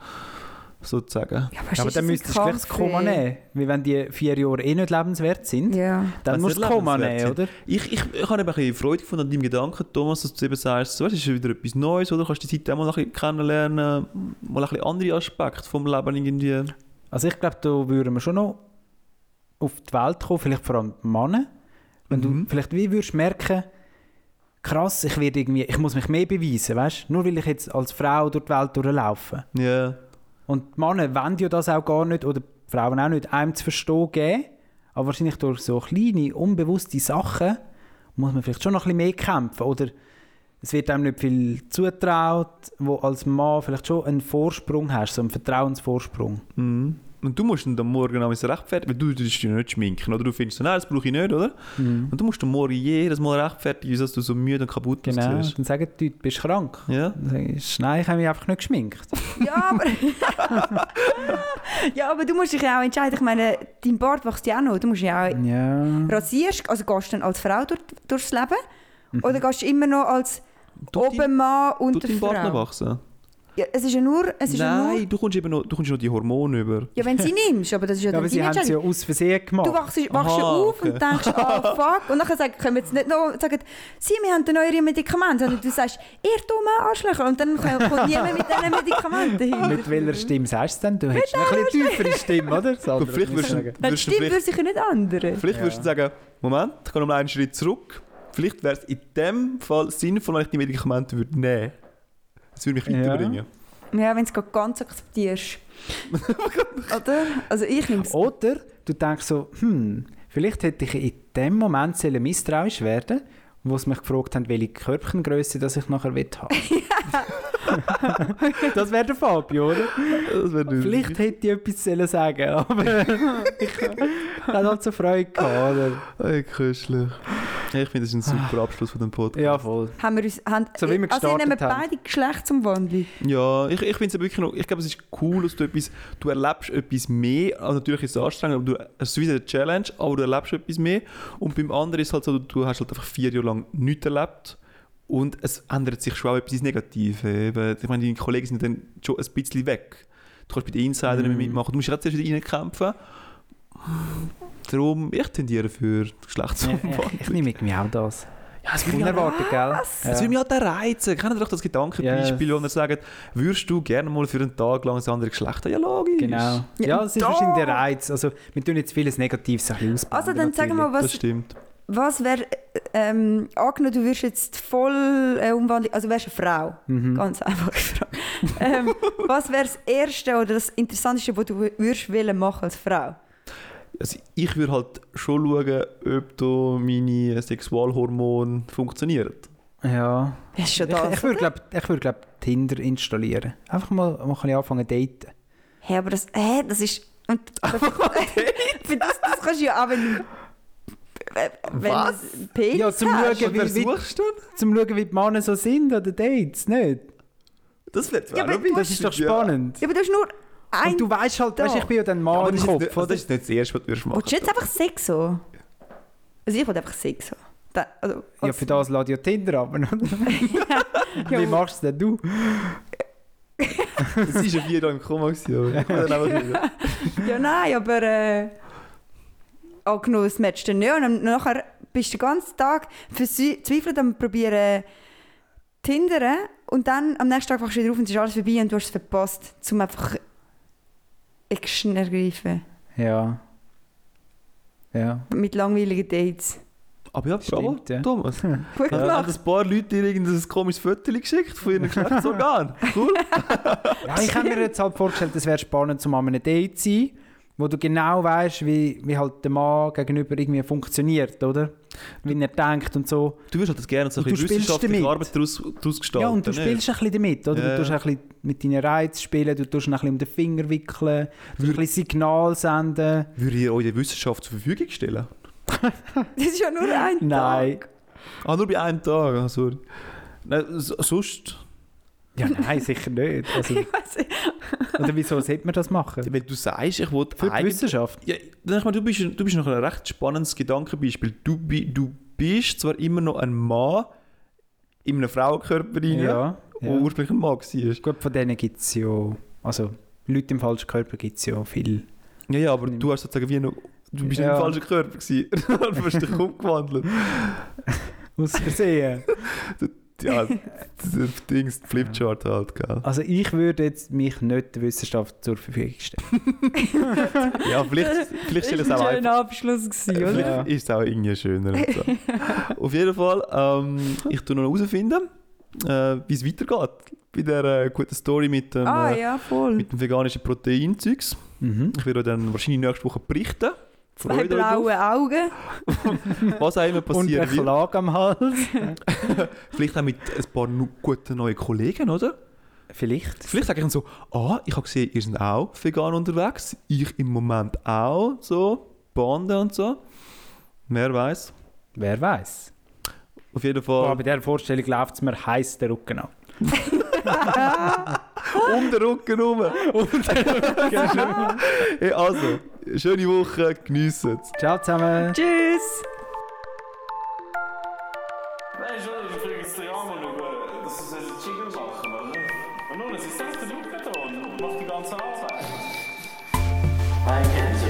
Speaker 5: Sozusagen.
Speaker 3: ja, was
Speaker 4: Aber
Speaker 3: ist
Speaker 4: dann
Speaker 3: das, ein
Speaker 4: müsstest du gleich das
Speaker 3: Kaffee?
Speaker 4: Koma nehmen. Weil wenn die vier Jahre eh nicht lebenswert sind,
Speaker 3: Ja.
Speaker 4: dann
Speaker 5: Wenn's
Speaker 4: musst du
Speaker 5: nicht
Speaker 4: das Koma
Speaker 5: lebenswert
Speaker 4: nehmen, oder?
Speaker 5: Ich, ich, ich habe eben ein bisschen Freude gefunden an deinem Gedanken, Thomas, dass du eben sagst, so, es ist wieder etwas Neues, oder? Du kannst die Zeit auch mal ein bisschen kennenlernen, mal ein bisschen andere Aspekte vom Leben irgendwie.
Speaker 4: Also ich glaube, da würden wir schon noch auf die Welt kommen, vielleicht vor allem die Männer. Wenn
Speaker 5: Mhm.
Speaker 4: du vielleicht wie würdest merken, krass, ich werde irgendwie, ich muss mich mehr beweisen, weißt? Nur weil ich jetzt als Frau durch die Welt durchlaufe.
Speaker 5: Ja.
Speaker 4: Und die Männer wollen ja das auch gar nicht, oder die Frauen auch nicht, einem zu verstehen geben. Aber wahrscheinlich durch so kleine, unbewusste Sachen muss man vielleicht schon noch ein bisschen mehr kämpfen. Oder es wird einem nicht viel zutraut, wo als Mann vielleicht schon einen Vorsprung hast, so einen Vertrauensvorsprung.
Speaker 5: Mhm. Und du musst ihn dann morgen abends rechtfertigen, weil du darfst dich ja nicht schminken, oder? Du findest so, nein, das brauche ich nicht, oder? Und du musst dann morgen jedes Mal rechtfertigen, dass du so müde und kaputt bist.
Speaker 4: Genau. Dann sagen die Leute, bist du krank.
Speaker 5: Ja?
Speaker 4: Dann sage ich, nein, ich habe mich einfach nicht geschminkt.
Speaker 3: Ja, aber. ja, aber du musst dich ja auch entscheiden. Ich meine, dein Bart wächst ja auch noch. Du musst ja
Speaker 4: Mm.
Speaker 3: auch.
Speaker 4: ja.
Speaker 3: Rasierst also gehst du dann als Frau durch, durchs Leben? Oder gehst du immer noch als
Speaker 5: Tut dein-
Speaker 3: Obermann
Speaker 5: tut
Speaker 3: und
Speaker 5: dein Bart noch
Speaker 3: Frau?
Speaker 5: wachsen?
Speaker 3: Ja, es ist ja nur. Es ist Ja, nur
Speaker 5: Nein, du kommst eben noch, du kommst noch die Hormone über.
Speaker 3: ja, wenn du sie nimmst, aber das ist ja,
Speaker 4: Ja,
Speaker 3: dann
Speaker 4: aber sie
Speaker 3: deine
Speaker 4: haben es ja
Speaker 3: Entscheidung.
Speaker 4: aus Versehen gemacht.
Speaker 3: Du wachst, wachst
Speaker 5: Aha,
Speaker 3: auf
Speaker 5: okay.
Speaker 3: und denkst, ah fuck. Und dann sagen, können wir jetzt nicht noch sagen, sie, wir haben neue Medikamente. Sondern du sagst, ihr dumme Arschlöcher. Und dann kommt kommt niemand mit diesen Medikamenten hin.
Speaker 4: Mit welcher Stimme sagst du es denn? Du hättest eine ein bisschen tiefere Stimme, oder?
Speaker 5: Du,
Speaker 4: Sandra,
Speaker 5: vielleicht
Speaker 4: muss ich
Speaker 5: würdest
Speaker 4: sagen.
Speaker 5: du
Speaker 3: Dann
Speaker 5: würdest du
Speaker 3: stimmt,
Speaker 5: vielleicht,
Speaker 3: würde sich ja nicht ändern.
Speaker 5: vielleicht würdest du sagen, Moment, ich gehe noch mal einen Schritt zurück. Vielleicht wäre es in dem Fall sinnvoll, wenn ich die Medikamente würde nehmen würde. Das würde mich
Speaker 4: Ja.
Speaker 5: weiterbringen.
Speaker 3: Ja, wenn du es ganz akzeptierst. Oder? Also ich nehme es.
Speaker 4: Oder du denkst so, hm, vielleicht hätte ich in dem Moment sollen misstrauisch werden wo sie mich gefragt haben, welche Körbchengröße das ich nachher will haben. Das wäre der Fabio, oder?
Speaker 5: Das wäre
Speaker 3: Mhm.
Speaker 5: nicht-
Speaker 4: Vielleicht hätte ich etwas sollen sagen aber ich hatte halt so Freude gehabt, oder?
Speaker 5: Ey, köstlich. Hey, Ich finde, das ist ein super Abschluss von dem Podcast.
Speaker 4: Ja, voll.
Speaker 3: Haben wir uns, haben,
Speaker 4: So wie wir
Speaker 3: also, ihr nehmt
Speaker 4: gestartet haben.
Speaker 3: beide Geschlechter zum Wandel.
Speaker 5: Ja, ich, ich finde es wirklich noch. Ich glaube, es ist cool, dass du etwas. Du erlebst etwas mehr. Also natürlich ist es anstrengend, aber du, es ist wieder eine Challenge, aber du erlebst etwas mehr. Und beim anderen ist es halt so, du, du hast halt einfach vier Jahre lang nichts erlebt. Und es ändert sich schon auch etwas ins Negative. Eben, Ich meine, deine Kollegen sind dann schon ein bisschen weg. Du kannst bei den
Speaker 4: Mm.
Speaker 5: Insidern nicht mehr mitmachen. Du musst gerade zuerst wieder reinkämpfen. Darum, ich tendiere für
Speaker 4: Ja,
Speaker 5: Geschlechtsumwandlung.
Speaker 4: ja, ich nehme mit mir auch das.
Speaker 5: Ja, es würde mich auch-
Speaker 4: Unerwartet, gell?
Speaker 5: das würde mich halt auch reizen. Kennt ihr doch das Gedankenbeispiel,
Speaker 4: Yes.
Speaker 5: wo er sagt, würdest du gerne mal für einen Tag lang das andere Geschlecht haben? Ja, logisch.
Speaker 4: Genau.
Speaker 3: Ja,
Speaker 4: Ja, es ist
Speaker 3: da-
Speaker 4: wahrscheinlich der Reiz. Also, wir tun jetzt vieles Negatives ein bisschen ausbauen.
Speaker 3: Also dann sag
Speaker 4: natürlich.
Speaker 3: mal,
Speaker 5: Das
Speaker 3: was,
Speaker 5: stimmt.
Speaker 3: was wäre, ähm, angenommen, du wirst jetzt voll äh, umwandeln, also wärst eine Frau,
Speaker 4: Mhm.
Speaker 3: ganz einfache Frage. ähm, was wäre das Erste oder das Interessanteste, was du w- würdest wollen machen als Frau?
Speaker 5: Also ich würde halt schon schauen, ob da meine Sexualhormone funktionieren.
Speaker 4: Ja.
Speaker 3: Das ist schon
Speaker 4: Ich,
Speaker 3: das.
Speaker 4: ich würde, glaube ich, würd, glaub, Tinder installieren. Einfach mal, mal ein bisschen anfangen zu daten.
Speaker 3: Hä, aber das, hä, das ist... Und, für das, das kannst du ja auch, wenn du... Wenn
Speaker 5: Was?
Speaker 3: du einen Penis
Speaker 4: Ja, zum
Speaker 3: hast.
Speaker 4: Schauen, wie, wie,
Speaker 5: du?
Speaker 4: zum schauen, wie die Männer so sind an den Dates, nicht?
Speaker 5: Das wird
Speaker 3: Ja, aber du
Speaker 4: Das ist doch spannend.
Speaker 3: Ja, aber du hast nur ein...
Speaker 4: Und du weißt halt, weißt, ich bin ja dann
Speaker 5: Ja,
Speaker 4: Mann
Speaker 5: aber
Speaker 4: im
Speaker 5: das, ist
Speaker 4: Kopf,
Speaker 5: nicht, also
Speaker 4: oder?
Speaker 5: das ist nicht das Erste, was du würdest machen
Speaker 3: Willst du jetzt einfach Sex so? Also ich will einfach Sex so. Da, also,
Speaker 4: Ja, für das lade ich ja Tinder ab. oder? Wie machst du denn du?
Speaker 5: Das ist ja vier Jahre im Koma. gewesen, aber ich kann dann einfach wieder.
Speaker 3: ja nein, aber... Äh, angenommen, es matcht dann nicht. Und dann- nachher bist du den ganzen Tag verzweifelt am probieren Tinderen. Und dann am nächsten Tag wachst du wieder auf und es ist alles vorbei und du hast es verpasst, um einfach Action ergreifen.
Speaker 4: Ja. Ja.
Speaker 3: Mit langweiligen Dates.
Speaker 5: Aber ja, bravo,
Speaker 4: Stimmt, ja.
Speaker 5: Thomas. Ja,
Speaker 3: Gut
Speaker 5: Haben
Speaker 3: gemacht.
Speaker 5: ein paar Leute dir irgendein komisches Foto geschickt von ihren Geschlechtsorganen? Cool.
Speaker 4: ja ich habe mir jetzt halt vorgestellt, es wäre spannend, zum an einem Date zu sein, wo du genau weißt, wie, wie halt der Mann gegenüber irgendwie funktioniert, oder? Wie er denkt und so.
Speaker 5: Du würdest halt das gerne so ein
Speaker 4: Und du
Speaker 5: bisschen
Speaker 4: spielst
Speaker 5: wissenschaftliche
Speaker 4: damit.
Speaker 5: Arbeit daraus, daraus gestalten.
Speaker 4: Ja, und du
Speaker 5: nicht?
Speaker 4: spielst ein bisschen damit, oder?
Speaker 5: ne? Ja.
Speaker 4: Du tust ein bisschen mit deinen Reizen spielen, du tust ein bisschen um den Finger wickeln, du ein bisschen Signal senden.
Speaker 5: Würde ihr euch die Wissenschaft zur Verfügung stellen?
Speaker 3: Das ist ja nur ein
Speaker 4: Nein.
Speaker 3: Tag.
Speaker 5: Ah, nur bei einem Tag, ah, sorry. Nein, s- sonst,
Speaker 4: Ja, nein, sicher nicht. Also,
Speaker 3: Ich weiss nicht.
Speaker 4: oder wieso sollte man das machen?
Speaker 5: wenn du sagst, ich wollte
Speaker 4: Für die Wissenschaft.
Speaker 5: Ja, dann, ich meine, du bist, du bist noch ein recht spannendes Gedankenbeispiel. Du, bi- du bist zwar immer noch ein Mann in einem Frauenkörper rein,
Speaker 4: Ja.
Speaker 5: der ursprünglich ein Mann war.
Speaker 4: Gut, von denen gibt es ja. Also, Leute im falschen Körper gibt es ja viel.
Speaker 5: Ja, ja, aber du hast sozusagen wie noch... Du bist
Speaker 4: Ja.
Speaker 5: nicht im falschen Körper gewesen. du hast dich umgewandelt.
Speaker 4: Aus Versehen.
Speaker 5: Ja, das Ding, das Flipchart halt, gell.
Speaker 4: also, ich würde jetzt mich nicht der Wissenschaft zur Verfügung stellen.
Speaker 5: Ja, vielleicht, vielleicht stell
Speaker 3: Das
Speaker 5: es
Speaker 3: war
Speaker 5: auch
Speaker 3: ein
Speaker 5: einfach.
Speaker 3: schöner Abschluss, gewesen, oder?
Speaker 5: Vielleicht
Speaker 4: Ja.
Speaker 5: ist es auch irgendwie schöner. und So. Auf jeden Fall, ähm, ich tu noch herausfinden, äh, wie es weitergeht. Bei der äh, guten Story mit dem,
Speaker 3: Ah
Speaker 5: äh,
Speaker 3: ja, voll.
Speaker 5: mit dem veganischen Proteinzeugs.
Speaker 4: Mhm.
Speaker 5: Ich werde euch dann wahrscheinlich nächste Woche berichten.
Speaker 3: Zwei
Speaker 5: Freut euch drauf.
Speaker 3: blaue Augen.
Speaker 5: Was auch immer
Speaker 4: Und eine
Speaker 5: passieren wird.
Speaker 4: Klage am Hals.
Speaker 5: Vielleicht auch mit ein paar nu- guten neuen Kollegen, oder?
Speaker 4: Vielleicht.
Speaker 5: Vielleicht sage ich dann so, ah, ich habe gesehen, ihr seid auch vegan unterwegs. Ich im Moment auch, so. Bande und so. Wer weiß.
Speaker 4: Wer weiß.
Speaker 5: Auf jeden
Speaker 4: Aber
Speaker 5: Fall.
Speaker 4: bei dieser Vorstellung läuft es mir heiß der Rücken ab.
Speaker 5: Um den Rücken rum. hey, also, schöne Woche, geniessen
Speaker 4: Ciao zusammen.
Speaker 3: Tschüss.
Speaker 1: Nein, schon, ich kriege jetzt ja mal schauen, dass sie einen Jingle machen, oder? Und nun, es ist echt der Lukaton und macht die ganze Arbeit.
Speaker 2: I can't
Speaker 1: halt